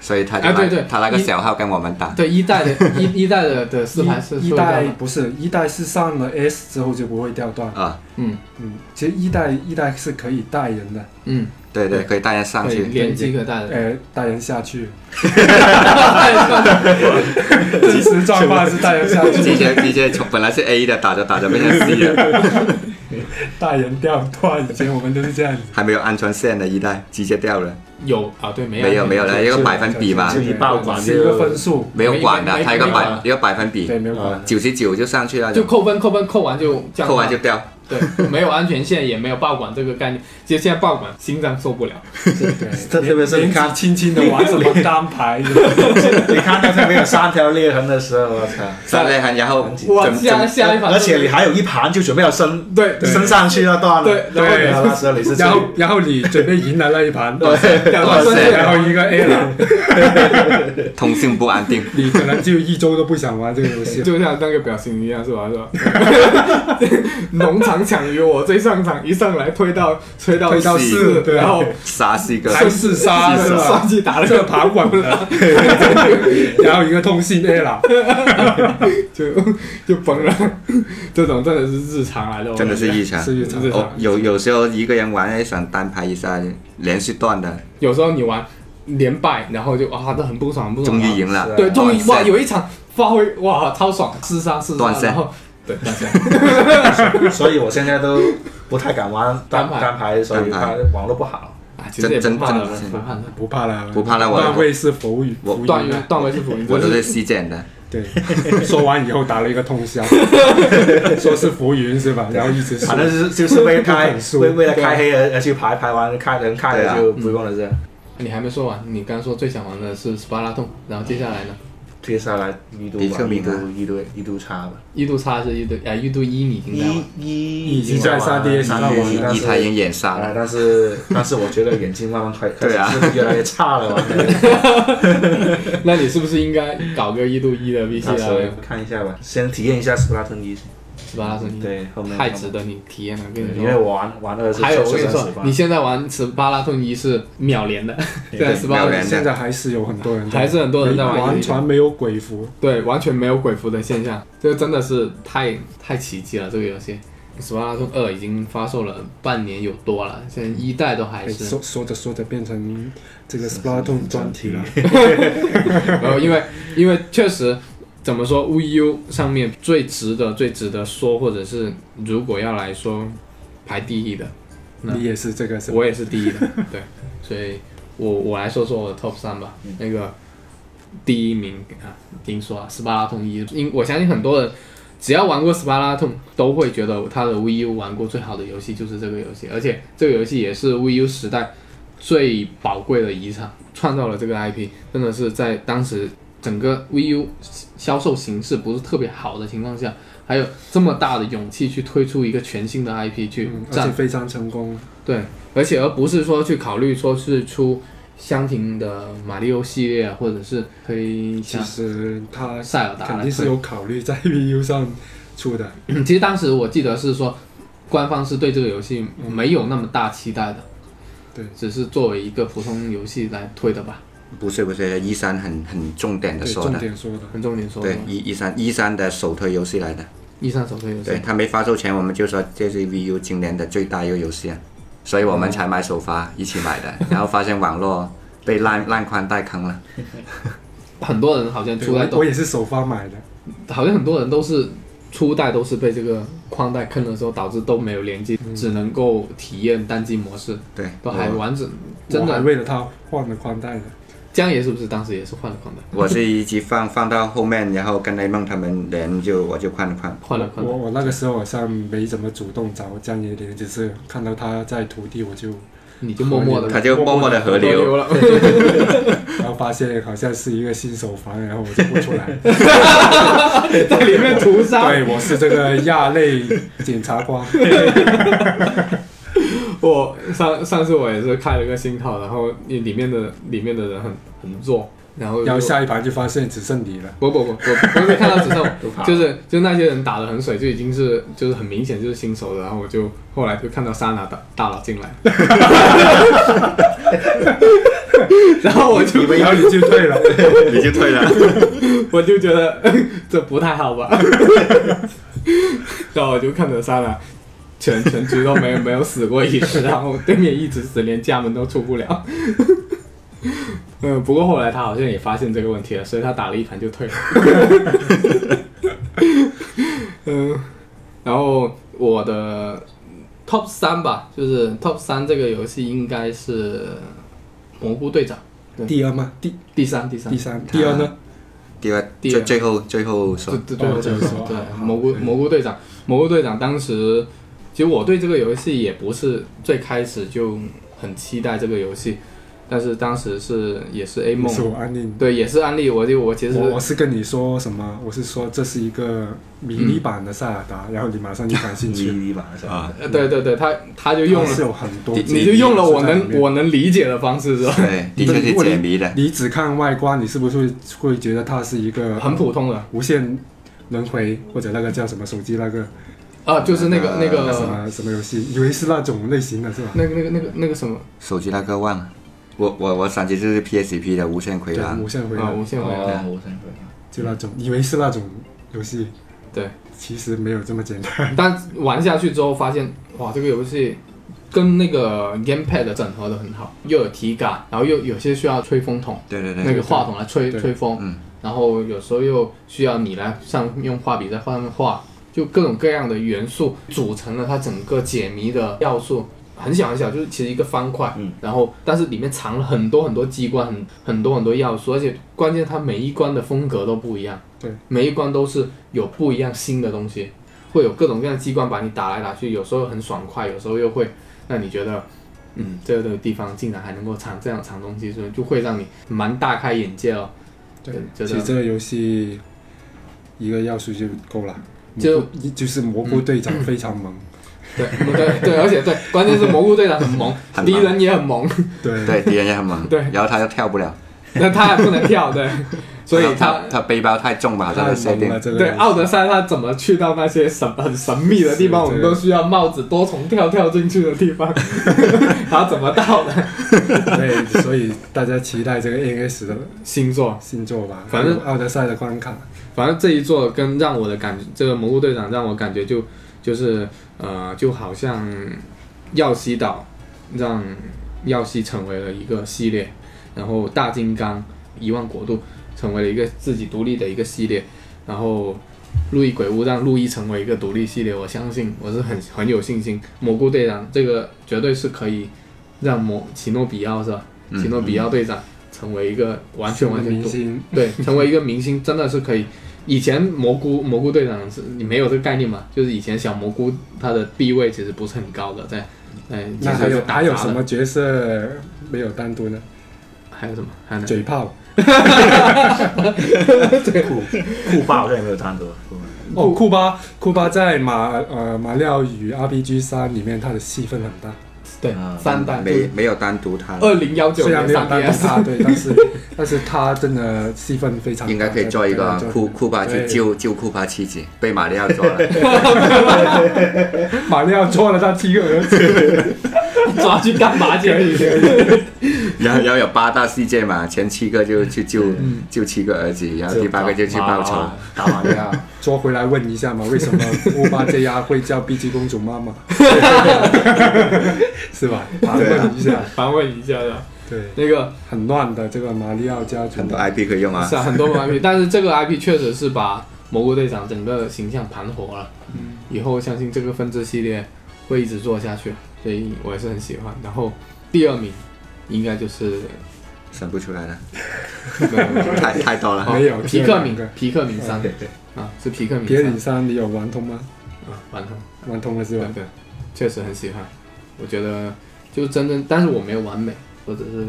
B: 所以他就
A: 啊对
B: 拿
A: 对
B: 他那个
A: 一
B: 小号跟我们打，
A: 啊对一代的一一代的的四排是
C: 一一
A: 塑料的
C: 代不是一代是上了 S 之后就不会掉段，
B: 啊，
A: 嗯
C: 嗯，其实一代一代是可以带人的，
A: 嗯，
B: 对对，可以带人上
A: 对，
B: 去，
A: 连机可带的，
C: 呃，带人
B: <laughs>
C: 下去，
B: 哎
C: 即时状况是带人下
B: 直
C: 去，
B: 接直接从本来是 A 的打着打着变成 C 了，
C: 带人掉段，以前我们都是这样子，
B: 还没有安全线的一代直接掉了，
A: <laughs> 有啊对没有
B: 没有没有了，一个百分比吧
D: 就，一爆管
C: 是一个分数，
B: 没有管的
A: 没，没
B: 它一个
A: 没
B: 百
A: 管
B: 一个百分比
C: 对，，没有
D: 啊
C: 管，
B: 九十九就上去了，
A: 就扣分扣分扣完就这样
B: 扣完就掉，
A: 对，没有安全线，也没有爆管这个概念。其实现在爆管心脏受不了，
C: 对，
D: <laughs> 特别是你看
C: 轻轻的玩什么单排，
D: 你看到它没有三条裂痕的时候，我操！
B: 三类痕，然后
A: 哇，
B: 整
A: 下
B: 整
A: 下一盘，
D: 而且你还有一盘就准备要升
A: 对对
D: 升上去那啊段了，
A: 对
D: 然后你那时候你是
C: 然后然后你准备赢了那一
D: <laughs>
A: 两
C: 盘，
A: 段
B: 断线
A: 线，
C: 然后一个 A 了，
B: 通信不安定，
C: 你可能就一周都不想玩这个游戏。
A: 就像那个表情一样，是吧？是吧？ <laughs> 农场抢鱼，我最上场，一上来推到推到
C: 推到
A: 四
C: 四，对
A: 然后
B: 杀
A: <laughs>
B: 死一个，
C: 还四杀是吧
A: 算？计打了
C: 这
A: 个
C: 个爬稳了，然后一个通信 A 了，
A: <laughs> 就就崩了。这种真的是日常来的，我
B: 真的是
A: 觉得
B: 异常。
C: 是一场
A: 日
B: 哦
A: 常，。
B: 有有时候一个人玩一场单排一下连续断的，
A: 有时候你玩连败，然后就啊，都很不爽，很不爽。
B: 终于
A: 然后
B: 赢了，
A: 对，终于哇，
B: 断线
A: 有一场发挥哇，超爽，四杀四杀
B: 断，线
A: 然后对断
B: <laughs>
A: 线，
D: 所以我现在都不太敢玩单
A: 单排
D: 单排，所以
B: 单
D: 它
B: 排
D: 网络不好。
A: 啊，其实也
B: 真
A: 不怕了，
B: 真真
A: 不怕了。
C: 不怕了，
B: 不怕了我
C: 段位是浮云，
B: 我
C: 浮云
A: 段位段位是浮云，
B: 我
A: 就
B: 都
A: 是
B: 是西减的，
C: 对， <laughs> 说完以后打了一个
B: <laughs>
C: 通宵，说是浮云是吧？然后一直说
D: 反正就是就是为了
C: 不
D: 开
C: 肯输
D: 为为了开黑而而去排排完开人开
B: 对啊
D: 了就不用了这。
A: 你还没说完，你刚说最想玩的是斯巴达洞，然后接下来呢？
D: 接下来一度
B: 比特
D: 吧，一
B: 币呢
D: 度一度一度差吧，
A: 一度差是一度啊，一度一你已经在玩
D: 一
A: 了，
D: 一
C: 已经在
D: 三
C: 3DS
D: 三
C: 上玩了
B: 一台已经演杀
D: 啊
B: 了，，
D: 但是但是我觉得眼睛慢慢开开
B: 对啊啊
D: 始是越来越差了
B: <laughs>
D: 吧， <laughs>
A: 那你是不是应该搞个一度一的 VC
D: 到时候
A: 啊？
D: 看一下吧，先体验一下斯普拉吞一，
A: 斯巴达洞
B: 嗯
A: 一
D: 对，后面
A: 太值得你体验了，跟你
D: 因为
A: 说。
D: 我玩玩二是
A: 还有我跟你
D: 是
A: 说
D: 38，
A: 你现在玩斯巴达洞一是秒连的，现 <laughs> 在斯巴达
B: 秒
A: 洞
B: 连
C: 现在还是有很多人在玩，
A: 还是很多人在玩
C: 完全没有鬼服，
A: 对，完全没有鬼服的现象，这真的是太太奇迹了。这个游戏《斯巴达通二》已经发售了半年有多了，现在一代都还
C: 哎
A: <laughs> 是。
C: 说说着说着变成这个 Splatoon 专题
B: 哦
D: <laughs>
C: 了。
A: 然后因为因为确实怎么说，VU 上面最值得最值得说，或者是如果要来说排第一的，
B: 嗯
A: 那
C: 你也是这个是吧？
A: 我也是第一的。
C: <laughs>
A: 对，所以我我来说说我的 top 三吧。
C: 嗯
A: 那个第一名啊，听说啊，斯巴拉通一，因我相信很多人只要玩过斯巴拉通，都会觉得他的 VU 玩过最好的游戏就是这个游戏，而且这个游戏也是 VU 时代最宝贵的遗产，创造了这个 IP，真的是在当时整个 VU 销售形势不是特别好的情况下。还有这么大的勇气去推出一个全新的 IP 去
C: 嗯，而
A: 占
C: 且非常成功。
A: 对，而且而不是说去考虑说是出香婷的马里奥系列，或者是推
C: 其
A: 像
C: 实他
A: 塞尔达
C: 肯
A: 来
C: 定
A: 推
C: 是有考虑在 VU 上出的，
A: 其实当时我记得是说，官方是对这个游戏没有那么大期待的，
C: 对
A: 只是作为一个普通游戏来推的吧。
B: 不是不是，一三很很重点的
C: 对，
B: 说
C: 重
B: 的，
C: 点说的。
A: 很重点说的
B: 对，一一三一三的首推游戏来的，
A: 一三手推游戏
B: 对，它没发售前我们就说这是 VU 今年的最大一个游戏啊，所以我们才买首发一起买的，然后发现网络被烂烂宽带坑了，
A: 很多人好像
C: 对
A: 初代
C: 我
A: 都
C: 我，也是首发买的，
A: 好像很多人都是初代都是被这个框带坑的时候，导致都没有联机，
C: 嗯
A: 只能够体验单机模式，
B: 对，
A: 都还完整，真
C: 我还
A: 的。
C: 为了它换了宽带的。
A: 江爷是不是当时也是换了框带？
B: 我是一直放放到后面，然后跟雷梦他们连就我就换
A: <laughs>
B: 换，
A: 换了
C: 我
A: 换了。
C: 我那个时候好像没怎么主动找江爷连，只是看到他在徒弟，我就
A: 你就默默的
B: 他就默默的河流，
A: 了。 <laughs>
C: 然后发现好像是一个新手房，然后我就不出来。
A: 在里面屠杀。
C: 对，我是这个亚类检察官。
A: 我上上次我也是开了个新号，然后里面的里面的人很很弱，然后
C: 然后
A: 就
C: 下一盘就发现只剩你了。
A: 不不不，我不是看到只剩我就是就那些人打的很水，就已经是就是很明显就是新手的，然后我就后来就看到莎拿大大佬进来， <laughs> 然后我就
C: 以为然后你就退了，
B: 你就退了。
A: 我就觉得这不太好吧， <laughs> 然后我就看着莎拉，全全局都没有没有死过一次，然后对面一直死，连家门都出不了。嗯，不过后来他好像也发现这个问题了，所以他打了一盘就退了。嗯，然后我的 top 三吧，就是 top 三这个游戏应该是蘑菇队长，
C: 第二吗？第
A: 第三第三啊
C: 第三，第二呢？
B: 第二，
A: 第二
B: 最最后最后说
A: 对，对对，
C: 哦
A: 对
C: 这个是
A: 对
C: 好好
A: 蘑菇蘑菇队长，蘑菇队长当时，其实我对这个游戏也不是最开始就很期待这个游戏，但是当时是也是 A 梦
C: 是，我安利。
A: 对，也是案例，我就我其实
C: 我我是跟你说什么？我是说这是一个迷你
A: 嗯
C: 版的塞尔达，然后你马上就感兴
A: <laughs>
C: 趣。
D: 一一吧，是吧？
B: 啊，
A: 呃对对对，他他就用
C: 它是
A: 了，
C: 有很多，
A: 你就用了我
C: 在里
A: 能
C: 面
A: 我能理解的方式是吧？
B: 对，的确是解谜的，
C: 你只看外观，你是不是会会觉得它是一个
A: 很普通的
C: 无限轮回或者那个叫什么手机那个
A: 啊，就是那个那
C: 呃那什
A: 个
C: 么什么游戏？以为是那种类型的是吧？
A: 那个那个那个那个什么
B: 手机那个忘了。我我我想起就是 PSP 的无限回
C: 对，
B: 廊
C: 无，限回
A: 啊，
C: 廊
A: 无限回
D: 哦
A: 廊，，
D: 我想
C: 就那种，以为是那种游戏，
A: 对。
C: 其实没有这么简单。
A: 但玩下去之后发现，哇，这个游戏跟那个 GamePad 整合的很好，又有体感，然后又有些需要吹风筒，
B: 对对
A: 那
B: 对，
A: 个话筒来吹
C: 对
A: 吹风，
B: 嗯，
A: 然后有时候又需要你来上用画笔在画上面画，就各种各样的元素组成了它整个解谜的要素。很小很小，就是其实一个方块，
D: 嗯
A: 然后但是里面藏了很多很多机关，很很多很多要素，而且关键它每一关的风格都不一样，
C: 对，
A: 每一关都是有不一样新的东西，会有各种各样的机关把你打来打去，有时候很爽快，有时候又会让你觉得嗯，这个地方竟然还能够藏这样藏东西，所以就会让你蛮大开眼界哦。
C: 对，
A: 觉
C: 其
A: 得
C: 实这个游戏一个要素就够了，
A: 就
C: 蘑菇就是蘑菇队长非常萌，
A: 对嗯对对，而且对，关键是蘑菇队长很萌
B: 很萌
A: 敌人也很萌，
C: 对
B: 对，敌人也很猛，
A: 对
B: 然后他又跳不了，
A: 那他也不能跳，对，所以
B: 然后
A: 他
B: 他他背包太重吧，好像
C: 太
B: 是设
C: 萌
B: 定
C: 了，这个
A: 对
C: 游戏
A: 奥德赛他怎么去到那些神很神秘的地方，我
C: 是
A: 们都需要帽子多重跳跳进去的地方，他怎么到的？
B: 啊
C: 对，所以大家期待这个 AS 的
A: 星座，
C: 星座吧，
A: 反正
C: 奥德赛的关卡，
A: 反正这一座跟让我的感觉，这个蘑菇队长让我感觉就就是呃，就好像耀西岛让耀西成为了一个系列，然后大金刚一万国度成为了一个自己独立的一个系列，然后路易鬼屋让路易成为一个独立系列，我相信我是很很有信心，蘑菇队长这个绝对是可以让魔奇诺比奥是吧？奇诺比奥队长成为一个完全完
C: 新的
A: 全
C: 明
A: 独
C: 星，
A: 对，成为一个明星真的是可以。以前蘑菇蘑菇队长是你没有这个概念嘛？就是以前小蘑菇它的地位其实不是很高的，在在
C: 那
A: 其实
C: 还
A: <laughs>
C: 有
A: 是打
C: 还有
A: 杂的
C: 什么角色没有单独呢？
A: 还有什么？还有哪
C: 嘴炮，
E: 酷酷霸好像也没有单独，
C: 哦，库巴，库巴在马呃马里奥与 RPG 三里面他的戏份很大，
A: 对三代
B: 啊没没有单独他，
A: 二零幺九
C: 虽然
A: 年
C: 没有
A: 三
C: 单独
A: DS
C: 他，对，但是但是他真的戏份非常大，
B: 啊应该可以做一个
C: 在
B: 库库巴去，救救库巴妻子，被马里奥抓了，
C: 对马里奥做了他七个儿子，
A: 抓去干嘛去？
B: 然后然后有八大世界嘛，前七个就去救救七个儿子，然后第八个就去报仇，
E: 打马里
B: <laughs>
E: 奥，
C: 捉回来问一下嘛，为什
A: <laughs>
C: 么库巴这丫会叫碧姬公主妈 <laughs> 妈？是吧？他问一下，
A: 反问一下的，
C: 对，
A: 那个
C: 很乱的这个马里奥家族
B: 很，多 IP 可
A: <laughs>
B: 以用啊
A: 是。啊很多 IP，但是这个 IP 确实是把蘑菇队长整个形象盘活了。
C: 嗯
A: 以后相信这个分支系列会一直做下去，所以我也是很喜欢。然后第二名应该就是
B: 想不出来了，
A: 没有没有
B: 太太多了。
C: 没有
A: 啊皮
C: 这
A: 克
C: 两
A: 敏
C: 个，嗯
A: 皮克敏三啊，是皮克敏
C: 铁岭
A: 三
C: 山你有玩通吗？
A: 啊，完了，
C: 玩通了是
A: 对
C: 吧？
A: 对，确实很喜欢。我觉得就真正，但是我没有完美，我只是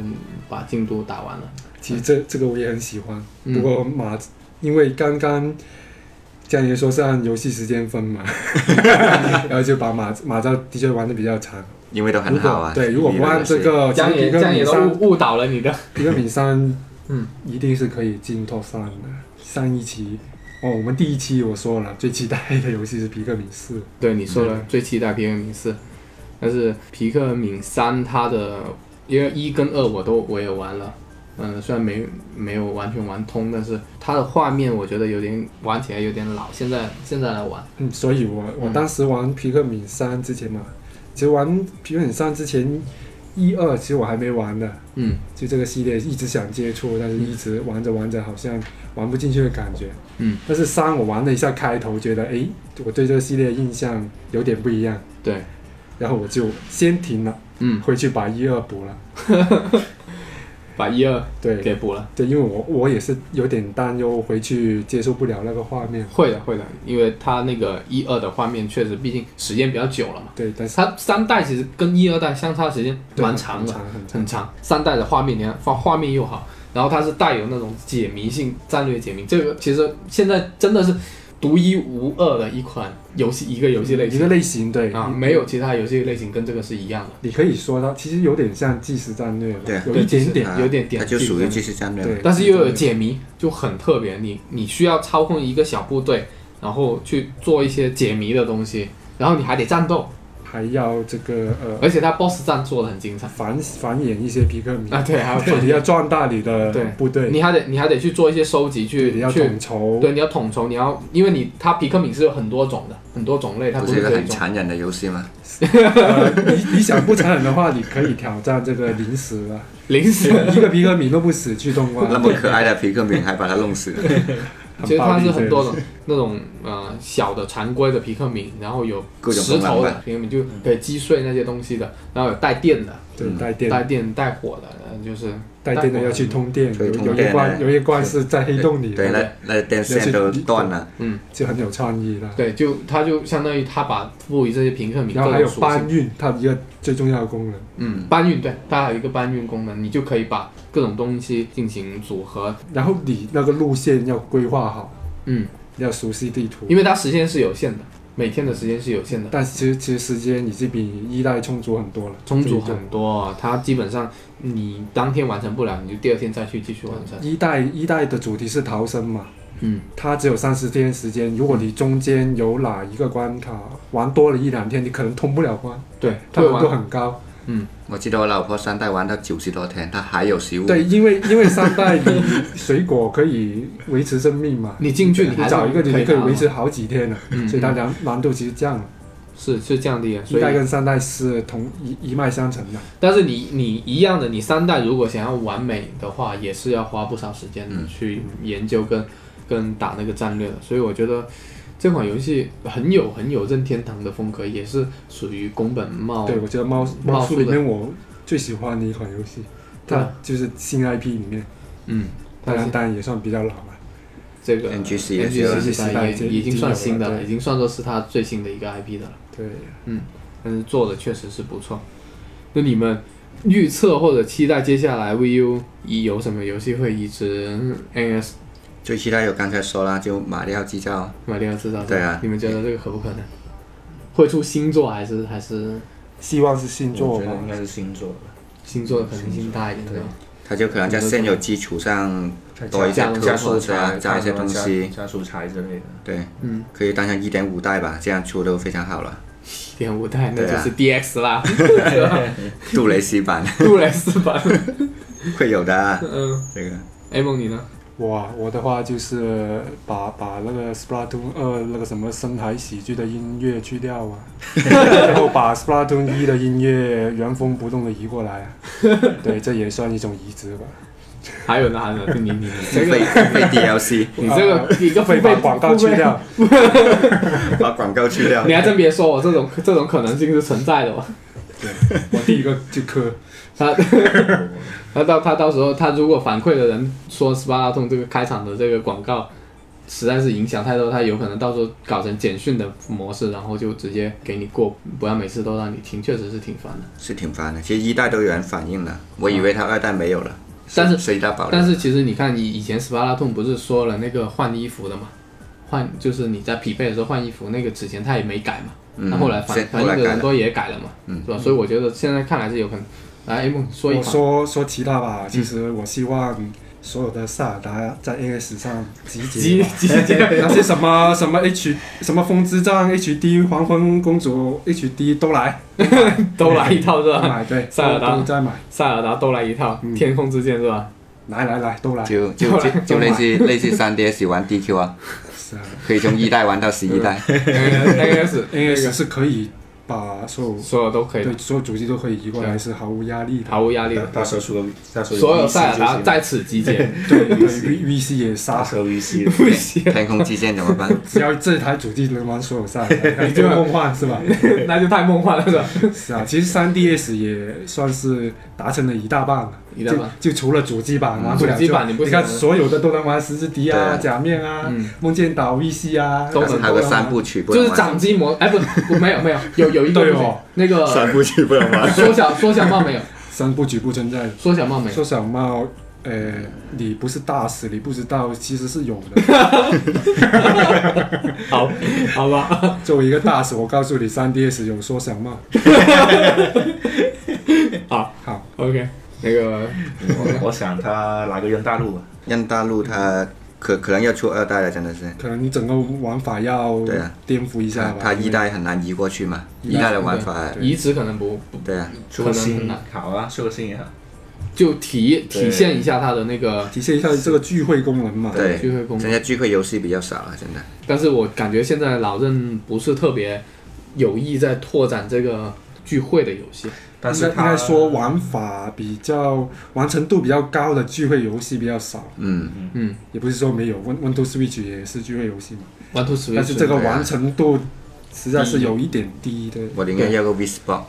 A: 把进度打完了。
C: 其实这这个我也很喜欢，
A: 嗯
C: 不过马，因为刚刚江爷说是按游戏时间
A: <laughs>
C: 分嘛，然后就把马马照的确玩的比较长。
B: 因为都很
C: 如
B: 好啊
C: 果。对，如果不按这个，其
A: 江
C: 实
A: 野
C: 哦皮克
A: 江野
C: 敏
A: 都
C: 三，
A: 误误导了你的，
C: 皮克敏三，
A: 嗯，
C: 一定是可以进 top 三的。上一期哦，我们第一期我说了，最期待的游戏是皮克敏四，
A: <laughs> 对你说
C: 嗯
A: 了，最期待皮克敏四，但是皮克敏三它的因为一跟二我都我也玩了。嗯，虽然没没有完全玩通，但是它的画面我觉得有点玩起来有点老，现在现在来玩，
C: 嗯，所以我我当时玩皮克敏三之前嘛，其实玩皮克敏三之前一二其实我还没玩的。
A: 嗯，
C: 就这个系列一直想接触，但是一直玩着玩着好像玩不进去的感觉。
A: 嗯，
C: 但是三我玩了一下开头，觉得诶，我对这个系列印象有点不一样，
A: 对，
C: 然后我就先停了，
A: 嗯，
C: 回去把一二补了。
A: 把一二
C: 对
A: 给补了。
C: 对，因为我我也是有点担忧回去接受不了那个画面。
A: 会的，会的，因为它那个一二的画面确实，毕竟时间比较久了嘛。
C: 对，但是
A: 它三代其实跟一二代相差时间
C: 对
A: 蛮长
C: 很
A: 的，
C: 长很长
A: 很长。三代的画面，你看画画面又好，然后它是带有那种解谜性、战略解谜。这个其实现在真的是独一无二的一款游戏，一个游戏类
C: 一
A: 型
C: 嗯个类型对
A: 啊，没有其他游戏类型跟这个是一样的。
C: 你可以说它其实有点像即时战略了，
B: 对啊
C: 有一点点。
A: 啊有点点
B: 它就属于即时战略嘛。
C: 对
A: 但是又有解谜，就很特别。你你需要操控一个小部队，然后去做一些解谜的东西，然后你还得战斗，
C: 还要这个呃
A: 而且他 BOSS 战做的很精彩
C: 繁繁衍一些皮克敏
A: 啊，，对，还有
C: <laughs> 对，你要壮大你的
A: 对
C: 部队，
A: 你还得你还得去做一些收集，去
C: 你要
A: 去
C: 统筹，
A: 对，你要统筹，你要因为你它皮克敏是有很多种的，很多种类，它
B: 不
A: 是
B: 是一个
A: 这一
B: 很
A: 种。
B: 残忍的游戏吗？
C: 呃你你想不残忍的话，你可以挑战这个零
A: <laughs>
C: 食了，
A: 零食，
C: <laughs> 一个皮克米弄不死去通关，
B: 那么可爱的皮克敏还把它弄死了，
A: 其实它是很多
C: 的，
A: 种，那种呃小的常规的皮克敏，然后有
B: 各种
A: 石
B: 功
A: 头
B: 能
A: 的
B: 的
A: 皮克敏，就可以击碎那些东西的，然后有带电的、
C: 对，带电
A: 带电带火的，呃就是
C: 带电的要去通电，
B: 所以
C: 有
B: 通
C: 有
B: 电
C: 一
B: 呢
C: 关有一关是在黑洞里，
B: 对，那那电线都断了，
C: 就很有创意了。
A: 对，就它就相当于它把赋予这些平克敏各
C: 然后还
A: 种
C: 有
A: 属性
C: 搬，运，它一个最重要的功能。
A: 嗯，搬运对，它还有一个搬运功能，你就可以把各种东西进行组合，
C: 然后你那个路线要规划好，
A: 嗯，
C: 要熟悉地图，
A: 因为它时间是有限的，每天的时间是有限的，
C: 但其实其实时间已经比一代充足很多了，
A: 充足
C: 这一
A: 很多，它基本上你当天完成不了，你就第二天再去继续完成
C: 种。。一代一代的主题是逃生嘛，
A: 嗯，
C: 它只有三十天时间，如果你中间有哪一个关卡玩多了一两天，你可能通不了关，
A: 对，
C: 它
A: 会
C: 难度
A: 玩，
C: 很高。
B: 我记得我老婆三代玩到九十多天，她还有食物。
C: 对，因为因为三代你水果可以维持生命嘛，
A: 你进去你
C: 你
A: 还是
C: 找一个你
A: 可以
C: 可以
A: 拿
C: 维
A: 嘛
C: 持好几天了，
A: 嗯
C: 所以它难难度其实降了。
A: 是是这样的呀。所
C: 一代
A: 以，
C: 跟三代是同一一脉相承的，
A: 但是你你一样的，你三代如果想要完美的话，也是要花不少时间
B: 嗯
A: 去研究跟跟打那个战略的。所以我觉得这款游戏很有很有任天堂的风格，也是属于宫本茂
C: 对我觉得猫
A: 猫
C: 猫
A: 树
C: 树里
A: 的
C: 面我最喜欢的一款游戏，
A: 对
C: 它
A: 啊
C: 就是新 IP 里面，
A: 嗯，但
C: 当
A: 是
C: 然当然也算比较老了。
A: 这个
B: NGC 也是
A: NGC 时
C: 时代
A: 代
C: 已经
A: 也已经算
C: 已经有
A: 新的
C: 了
A: 了，
C: 对
A: 已经算作是它最新的一个 IP 的了。
C: 对，
A: 但是做的确实是不错。那你们预测或者期待接下来 VU 一有什么游戏会移植 E NS
B: 最期待有刚才说了，就马里奥制造，
A: 马里奥制造？
B: 对啊
A: 你们觉得这个可不可能？会出新作还是还是
C: 希望是新作
D: 我觉
C: 吧
D: 得。应该是星座吧。
A: 新作的可能性大一点？对吧？
B: 它就可能在现有基础上多一些
A: 加
B: 特
D: 加
B: 色
D: 素
B: 啊，
D: 材，
B: 加一些东西，
D: 加素材之类的。
B: 对，
A: 嗯，
B: 可以当成一点五代吧，这样出都非常好了。
A: 点五代那
B: 对
A: 就
B: 啊
A: 是 DX 啦， <laughs>
B: 杜蕾斯版 <laughs>
A: 杜蕾斯版。
B: 会有的啊，
A: 嗯
B: 这个
A: ，A 梦你呢？
C: 我啊我的话就是把把那个 Splatoon 二那个什么深海喜剧的音乐去
A: <laughs>
C: 掉啊，然后把 Splatoon 一的音乐原封不动的移过来啊。对，这也算一种移植吧。
A: 还有呢？还有呢？你你你这个
B: 付费付费 DLC，
A: 你这个一个付
C: 会
A: 费
C: 把啊广告去，掉，
B: 把广告去
A: <laughs>
B: 掉
A: 付费你。还真别说，我这种这种可能性是存在的哦。
C: 我第一个就磕。
A: 他 <laughs> 他到他到时候他如果反馈的人说斯巴达通这个开场的这个广告实在是影响太多，他有可能到时候搞成简讯的模式，然后就直接给你过，不要每次都让你听，确实是挺烦的。
B: 是挺烦的，其实一代都有人反映了，我以为它二代没有了，
A: 但是
B: 谁大保留？
A: 但是其实你看，以以前斯巴达通不是说了那个换衣服的嘛，换就是你在匹配的时候换衣服，那个之前他也没改嘛，
B: 嗯
A: 那后来反
B: 现
A: 反
B: 后来
A: 正
B: 改
A: 的
B: 了
A: 人多也改了嘛，
B: 嗯
A: 是吧？所以我觉得现在看来是有可能。来，A 哎梦说一
C: 我
A: 款，
C: 说说其他吧，其实我希望所有的萨尔达在 NS 上集结
A: 集
C: 吧。
A: 集结。
C: 那些什么什么 H 什么风之杖 HD 黄昏公主 HD 都来
A: 都来一套是
C: 都
A: 吧？
C: 买 <laughs> 对，嗯
A: 萨尔达
C: 都在买，
A: 塞尔达都来一套，天空之剑是吧？
C: 来来来都来。
B: 就就就就类似类似三 DS 玩 DQ 啊，
C: 是啊
B: 可以从一代玩到十一代。
A: NS
C: ，NS 是可以把所有
A: <laughs> 所有都可以
C: 对所有主机都可以移过来，是毫无压力的。
A: 毫无压力的，
D: 到时候出个，到时候
A: 所有
D: VC
A: 塞尔达
D: 就行
A: 在此集结，
C: 对对，V VC 也杀
D: 到，时候
A: <laughs>
D: VC
A: 不行，
B: <laughs> 天空之剑怎么办？
C: 只要这台主机能玩所有萨尔达，你就梦幻是吧？
A: 那就太梦幻了是 <laughs> 吧？
C: 是啊，其实3 DS 也算是达成了一大半了，
A: 一大半
C: 就就除了主机版玩不了
A: 主
C: 之
A: 机
C: 外，
A: 版你不行
C: 看所有的都能玩十字敌
B: 对
C: 啊、
B: 啊
C: 假面啊、
A: 嗯
C: 梦见岛 VC 啊，
A: 都
B: 但
A: 能
B: 是
C: 能
B: 还有个三部曲不
A: 就
B: 能
A: 是
B: 玩。
A: 掌机模，哎不，不没有没有，有有 <laughs> 一个
C: 对
A: 不行
C: 哦，
A: 那个
B: <laughs> 部曲不能玩。
A: 缩小缩小帽没有， <laughs>
C: 三部曲不存在的。
A: 缩小帽没有
C: 缩，小帽，呃，你不是大使，你不知道其实是有
A: <laughs>
C: 的。
A: 好，好吧，
C: 作为一个大使，我告诉你，3 DS 有缩小帽。
A: 好
C: 好，
A: ，OK，那个
D: 我我想他来个扔大陆吧，
B: 任大陆它可可能要出二代了，真的是。
C: 可能整个玩法要
B: 对啊
C: 颠覆一下
B: 它
C: 吧。
B: 它一
C: 因为
B: 代很难移过去嘛，一代的玩法，
A: 移植可能不不
B: 对啊，
D: 出
A: 可
D: 个
A: 能很
D: 新
A: 难，
D: 好啊，出个新也好。
A: 就体体现一下它的那个
C: 体现一下这个聚会功能嘛。
B: 对
A: 聚会功能
B: 现在聚会游戏比较少了，真的。
A: 但是我感觉现在老任不是特别有意在拓展这个聚会的游戏。
E: 但
C: 应
E: 是
C: 该
E: 它
C: 应该说玩法比较完成度比较高的聚会游戏比较少，
B: 嗯，
A: 嗯，
C: 也不是说没有。Win Windows Switch 也是聚会游戏嘛，
A: 玩兔 Switch，
C: 但是这个
B: 对啊
C: 完成度实在是有一点低的。
B: 我宁愿要个 V Sport。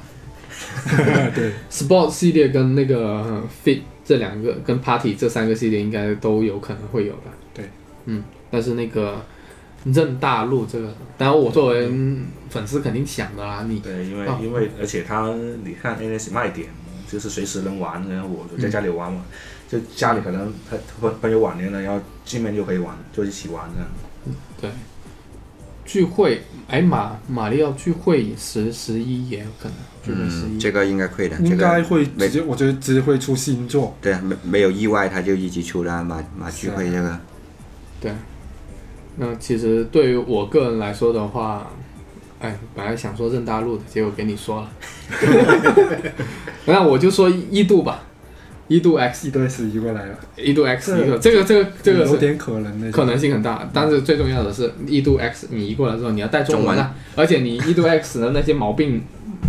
C: 对，
A: Sport 系列跟那个呃 Fit 这两个跟 Party 这三个系列应该都有可能会有吧？
C: 对，
A: 嗯，但是那个任大陆这个，当然我作为粉丝肯定想的啦，你
E: 对，因为
A: 哦
E: 因为而且它你看 NS 卖点就是随时能玩，然后我就在家里玩嘛，就家里可能他朋朋友晚年了，然后见面就可以玩，就一起玩这样。
A: 对聚会，哎马马里奥聚会十十一也有可能聚会十一、
B: 嗯，这个应该会的，这
C: 应该
B: 个
C: 会
B: 没
C: 直接，我觉得直接会出新
B: <laughs>
C: 作。
B: 对啊，没没有意外，他就一直出了马马聚会这个，
A: 啊对，那其实对于我个人来说的话，哎，本来想说任大陆的，结果给你说了， <laughs> 那我就说一度吧，一度哎 X，
C: 一对十移过来了，
A: 一度 X
C: 这
A: 一个，这个这个这个
C: 有
A: 是
C: 点嗯可能的，
A: 可能性很大，但是最重要的是一度 X 你移过来之后你要带中文啊，而且你一度 X 的那些毛病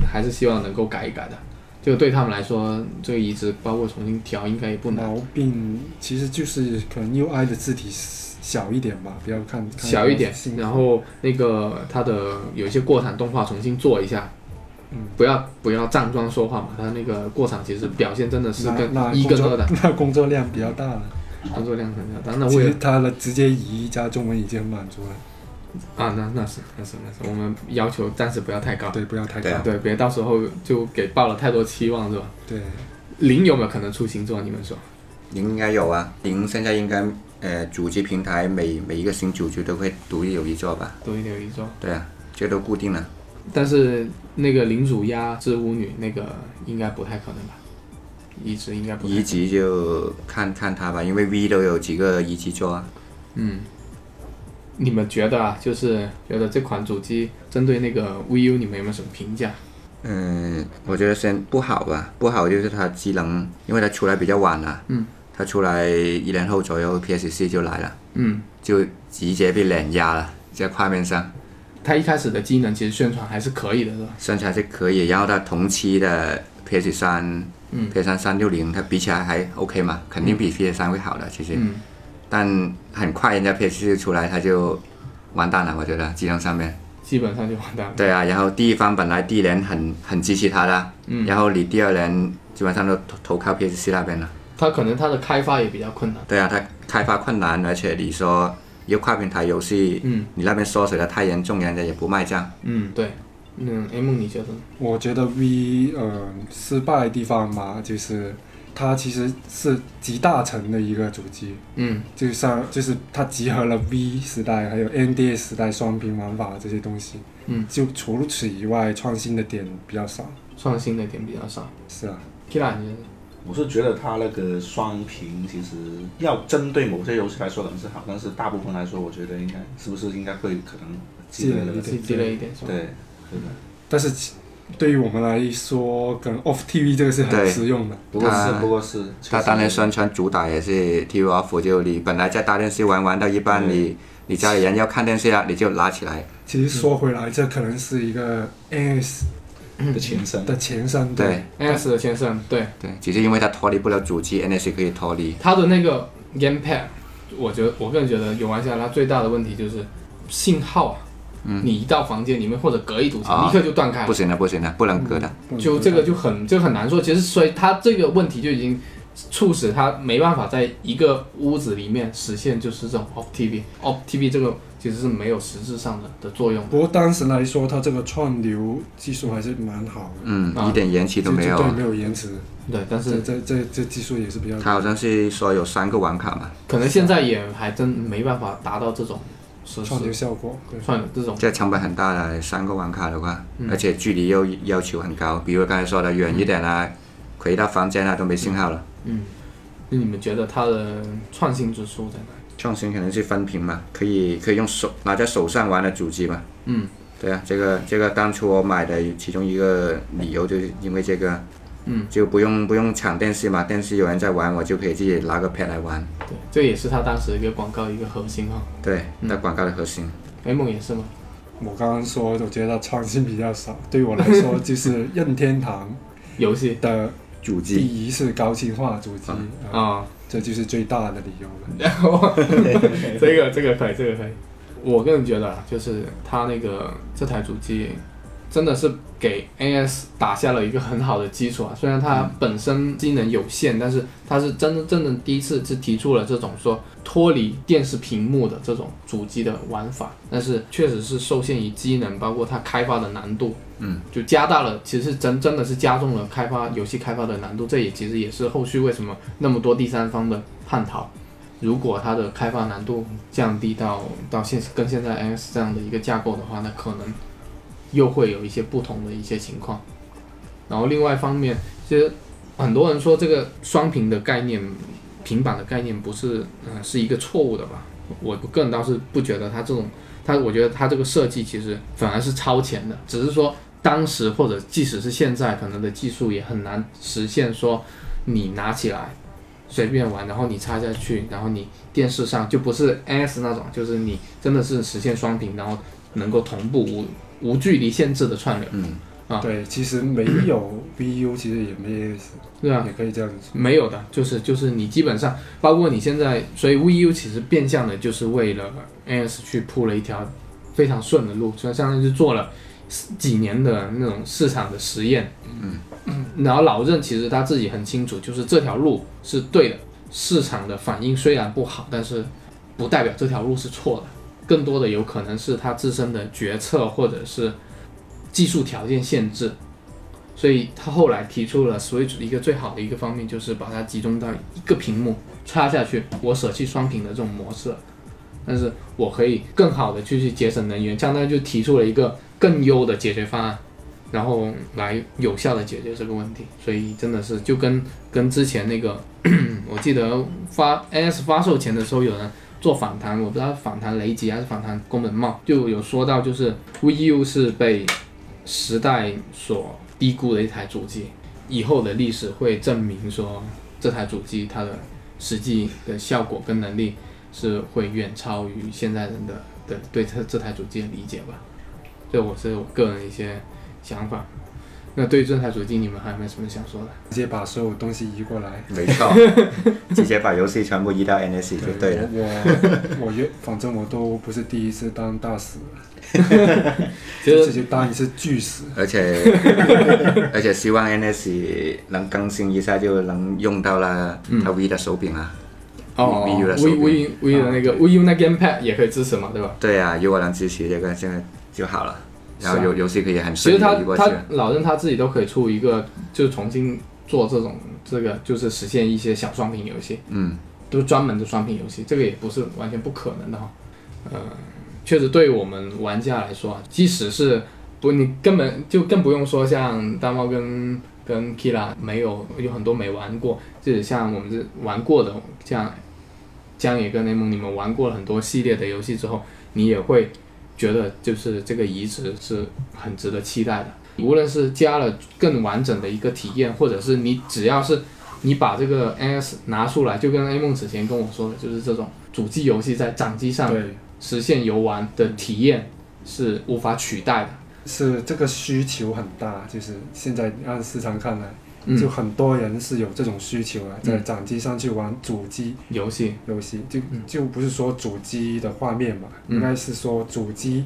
A: 还是希望能够改一改的，这个对他们来说，这个移植包括重新调应该也不难。
C: 毛病其实就是可能 UI 的字体小一点吧，不要看看
A: 小一点
C: 新，
A: 然后那个它的有一些过场动画重新做一下，
C: 嗯
A: 不要不要站桩说话嘛，它那个过场其实表现真的是
C: 那
A: 跟
C: 那
A: 一
C: 工
A: 跟
C: 作
A: 二的
C: <laughs> 那工作量比较大了。
A: 工作量很大，但那
C: 其
A: 为了
C: 实它的直接移加中文已经很满足了，
A: 啊那那是那是那是我们要求暂时不要太高，
C: 对，不要太高
B: 对。啊
A: 对，别到时候就给抱了太多期望是吧？
C: 对，
A: 零有没有可能出新作？你们说？
B: 应该有啊。您现在应该呃，主机平台每每一个新主机都会独立有一座吧？
A: 多一点有一周，
B: 对啊，这都固定了。
A: 但是那个领主鸭之巫女那个应该不太可能吧？移植应该不太可
B: 移
A: 能
B: 植就看看它吧，因为 V 都有几个移植座啊。
A: 嗯，你们觉得啊，就是觉得这款主机针对那个 VU，你们有没有什么评价？
B: 嗯，我觉得先不好吧，不好就是它机能，因为它出来比较晚了、
A: 嗯，
B: 它出来一年后左右 PSC 就来了，
A: 嗯，
B: 就直接被碾压了，在画面上。
A: 它一开始的机能其实宣传还是可以的，是吧？
B: 身材是可以，然后它同期的 PS 三、
A: 嗯
B: PS 三三六零，它比起来还 OK 嘛，肯定比 PS 三会好的其实，
A: 嗯
B: 但很快人家 PS 四出来，它就完蛋了，我觉得机能上面。
A: 基本上就完蛋了。
B: 对啊，然后第一方本来第一年很很支持它的，
A: 嗯
B: 然后你第二年基本上都投投靠 PS 四那边了。
A: 它可能它的开发也比较困难。
B: 对啊，它开发困难，而且你说一个跨平台游戏，
A: 嗯
B: 你那边缩水的太严重，人家也不卖账。
A: 嗯，对。嗯，M 你觉得呢？
C: 我觉得 V 呃失败的地方嘛，就是它其实是集大成的一个主机，
A: 嗯
C: 就像就是它集合了 V 时代还有 NDS 时代双屏玩法这些东西，
A: 嗯，
C: 就除此以外创新的点比较少，
A: 创新的点比较少。
C: 是啊，
A: Kira 你觉得？
E: 我是觉得它那个双屏其实要针对某些游戏来说可能是好，但是大部分来说，我觉得应该是不是应该会可能积累了
C: 积累一
E: 个
C: 点
A: 积积累一点是吧？
E: 对，是的。
C: 但是其对于我们来说，可能 Off TV 这个是很
B: 对
C: 实用的，
E: 不过是
B: 它
E: 不过是，
B: 他当年宣传主打也是 TV off，就你本来在大电视玩玩到一半，你你家里人要看电视啊了，你就拿起来。
C: 其实说回来，这可能是一个 NS
E: 的前身，
C: 的前身，
B: 对
A: S 的先生，对
B: 对，只是因为它脱离不了主机，NS 可以脱离。
A: 它的那个 GamePad，我觉得我个人觉得游玩下来它最大的问题就是信号啊。你一到房间里面或者隔一堵墙，
B: 啊
A: 立刻就断开了。
B: 不行了，不行了，不能隔的。
C: 不能
A: 就这个就很就很难说。其实，所以他这个问题就已经促使他没办法在一个屋子里面实现就是这种 off TV off TV 这个其实是没有实质上的的作用的。
C: 不过当时来说，它这个串流技术还是蛮好的，
B: 嗯，
A: 啊
B: 一点延期
C: 就
B: 都没有
C: 就对，
B: 啊。
C: 没有延迟。
A: 对，但
C: 这
A: 是
C: 这这这技术也是比较，
B: 它好像是说有三个网卡嘛，
A: 可能现在也还真没办法达到这种实
C: 串流
A: 时
C: 效果。对，
A: 算了这种。
B: 这成本很大的，三个网卡的话，而且距离又要求很高，比如刚才说的远一点啊，回到房间啊都没信号了。
A: 嗯，那你们觉得它的创新之处在哪里？
B: 创新可能是分屏嘛，可以可以用手拿在手上玩的主机嘛。
A: 嗯
B: 对啊，这个这个当初我买的其中一个理由就是因为这个，
A: 嗯，
B: 就不用不用抢电视嘛，电视有人在玩，我就可以自己拿个 pad 来玩。
A: 对，这也是他当时一个广告一个核心哈。
B: 嗯对，那广告的核心，
A: M 也是吗？
C: 我刚刚说，我觉得创新比较少，对我来
B: <laughs>
C: 说就是任天堂
A: 游戏
C: 的
B: 主
C: 第
B: 机嗯
C: 一是高清化主机啊，
A: 啊，
C: 这就是最大的理由了。
A: 然后这个这个可以，这个可以。我个人觉得啊，就是它那个这台主机真的是给 NS 打下了一个很好的基础啊。虽然它本身机能有限，但是它是真真正正第一次是提出了这种说脱离电视屏幕的这种主机的玩法，但是确实是受限于机能，包括它开发的难度，
B: 嗯，
A: 就加大了，其实是真真的是加重了开发游戏开发的难度。这也其实也是后续为什么那么多第三方的探讨。如果它的开发难度降低到到现跟现在 NS 这样的一个架构的话，那可能又会有一些不同的一些情况。然后另外一方面，其实很多人说这个双屏的概念、平板的概念不是嗯、呃是一个错误的吧？我我个人倒是不觉得它这种，它我觉得它这个设计其实反而是超前的，只是说当时或者即使是现在，可能的技术也很难实现说你拿起来随便玩，然后你插下去，然后你电视上就不是 NS 那种，就是你真的是实现双屏，然后能够同步无无距离限制的串流，
B: 嗯，
A: 啊
C: 对，其实没有
B: <coughs>
C: VU，其实也没
A: 对
B: 啊
A: 吧？
C: 也可以这样子
A: 没有的，就是就是你基本上，包括你现在，所以 VU 其实变相的就是为了 NS 去铺了一条非常顺的路，所以相当于是做了几年的那种市场的实验。嗯，然后老任其实他自己很清楚，就是这条路是对的，市场的反应虽然不好，但是不代表这条路是错的，更多的有可能是他自身的决策或者是技术条件限制。所以他后来提出了 Switch 的一个最好的一个方面，就是把它集中到一个屏幕插下去，我舍弃双屏的这种模式了，但是我可以更好的去去节省能源，相当于就提出了一个更优的解决方案，然后来有效的解决这个问题。所以真的是就跟跟之前那个， <clears throat> 我记得发 NS 发售前的时候有人。做访谈，我不知道访谈雷吉还是访谈宫本茂，就有说到，就是 VU 是被时代所低估的一台主机，以后的历史会证明说这台主机它的实际的效果跟能力是会远超于现在人的的对这这台主机的理解吧。这我是我个人的一些想法。那对于这台主机，你们还有没有什么想说的？
C: 直接把所有东西移过来。
B: 没 <laughs> 错，直接把游戏全部移到 NS 就对了。
C: 我我我也反正我都不是第一次当大使，
A: 就
C: 这
A: 是
C: 就当一次巨使。
B: 而且而且希望 NS 能更新一下，就能用到了它 V 的手柄啊。
A: 哦
B: Wii U 的手
A: ，V
B: 柄
A: V V 的那个 V U 那 GamePad 也可以支持嘛，对吧？
B: 对啊，如果能支持这个，现在就好了。然后
A: 是啊
B: 游游戏可以很
A: 其
B: 顺
A: 实
B: 利
A: 他
B: 地移过去
A: 他。老任他自己都可以出一个，就是重新做这种这个，就是实现一些小双屏游戏，
B: 嗯，
A: 都是专门的双屏游戏，这个也不是完全不可能的哈。呃，确实对我们玩家来说，啊，即使是不你根本就更不用说像大猫跟跟 Kira 没有有很多没玩过，就是像我们这玩过的，像江野跟雷蒙你们玩过了很多系列的游戏之后，你也会觉得就是这个移植是很值得期待的。无论是加了更完整的一个体验，或者是你只要是你把这个 NS 拿出来，就跟 A 梦此前跟我说的，就是这种主机游戏在掌机上
C: 对，
A: 实现游玩的体验是无法取代的。
C: 是这个需求很大，就是现在按市场看来，
A: 嗯，
C: 就很多人是有这种需求啊，在掌机上去玩主机
A: 游戏，
C: 游戏，就
A: 嗯
C: 就不是说主机的画面吧，
A: 嗯
C: 应该是说主机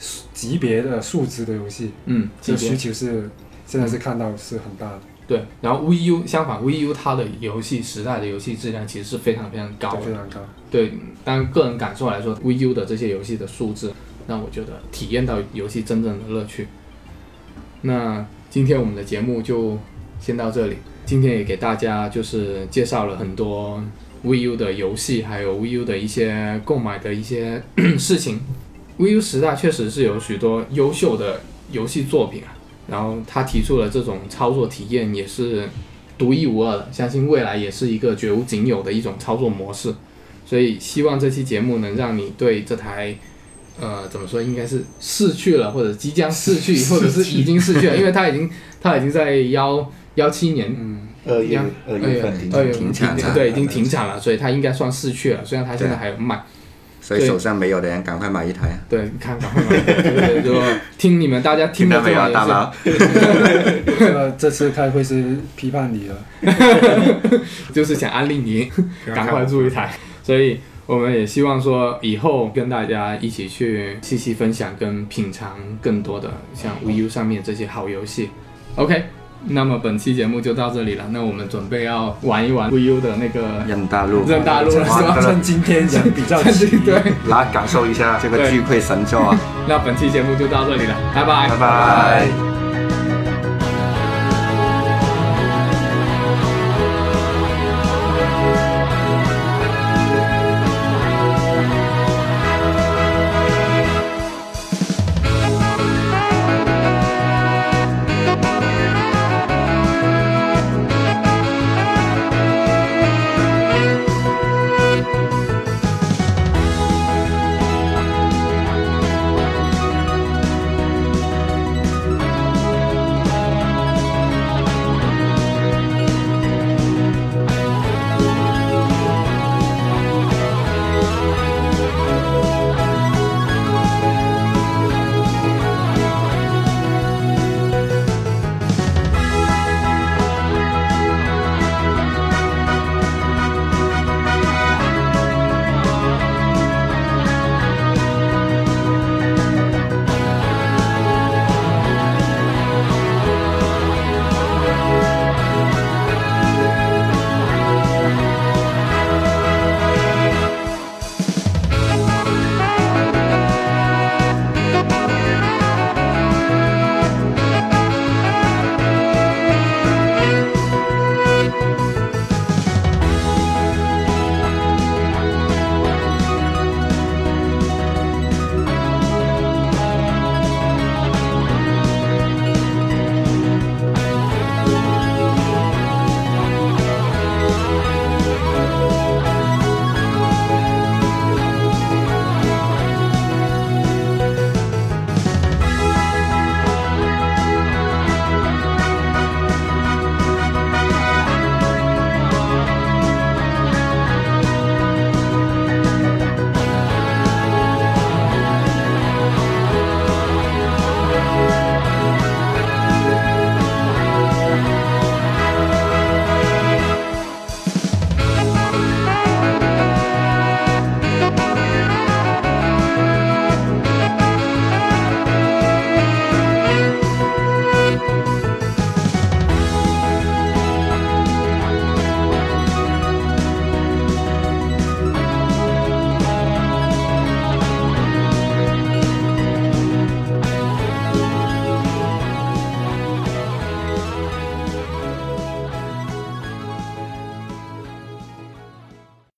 C: 数级别的数值的游戏，
A: 嗯，
C: 这
A: 这
C: 个
A: 边
C: 需求是现在是看到是很大的。
A: 对。然后 VU 相反，VU 它的游戏时代的游戏质量其实是非常非常高
C: 对
A: 的
C: 非。常高。 <laughs>
A: 对，但个人感受来说，VU 的这些游戏的素质，让我觉得体验到游戏真正的乐趣。那今天我们的节目就先到这里，今天也给大家就是介绍了很多 VU 的游戏，还有 VU 的一些 <clears throat> 购买的一些事情。VU 时代确实是有许多优秀的游戏作品啊，然后他提出了这种操作体验也是独一无二的，相信未来也是一个绝无仅有的一种操作模式。所以希望这期节目能让你对这台，呃，怎么说，应该是逝去了，或者即将逝去，或者是已经逝去了，因为它已经它已经在幺幺七年
E: 二
A: 一
E: 月
A: 样
E: 二月
A: 哎
E: 份
A: 呀
E: 停
A: 二月
E: 产
A: 份
B: 停产
A: 对，已经停产了，所以它应该算逝去了。虽然它现在还有卖，
B: 所以
A: 对
B: 手上没有的人赶快买一台啊。
A: 对，你看，赶快买，对，就听你们大家听
B: 听
A: 的
B: 到
A: 这
B: 没
A: 款
B: 有，啊大
A: 游
B: 佬
A: 戏，？
C: 这这次开会是批判
A: <laughs>
C: 你了，
A: 就是想安利你，赶快注一台。所以我们也希望说，以后跟大家一起去细细分享跟品尝更多的像 VU 上面这些好游戏。OK，那么本期节目就到这里了。那我们准备要玩一玩 VU 的那个
B: 任大陆，
A: 任大陆了，是吧？
C: 趁今天人比较齐。
A: <laughs> 对，
D: 来感受一下，
A: <laughs>
B: 这个巨溃神作啊！
A: 那本期节目就到这里了，拜拜
D: 拜。拜。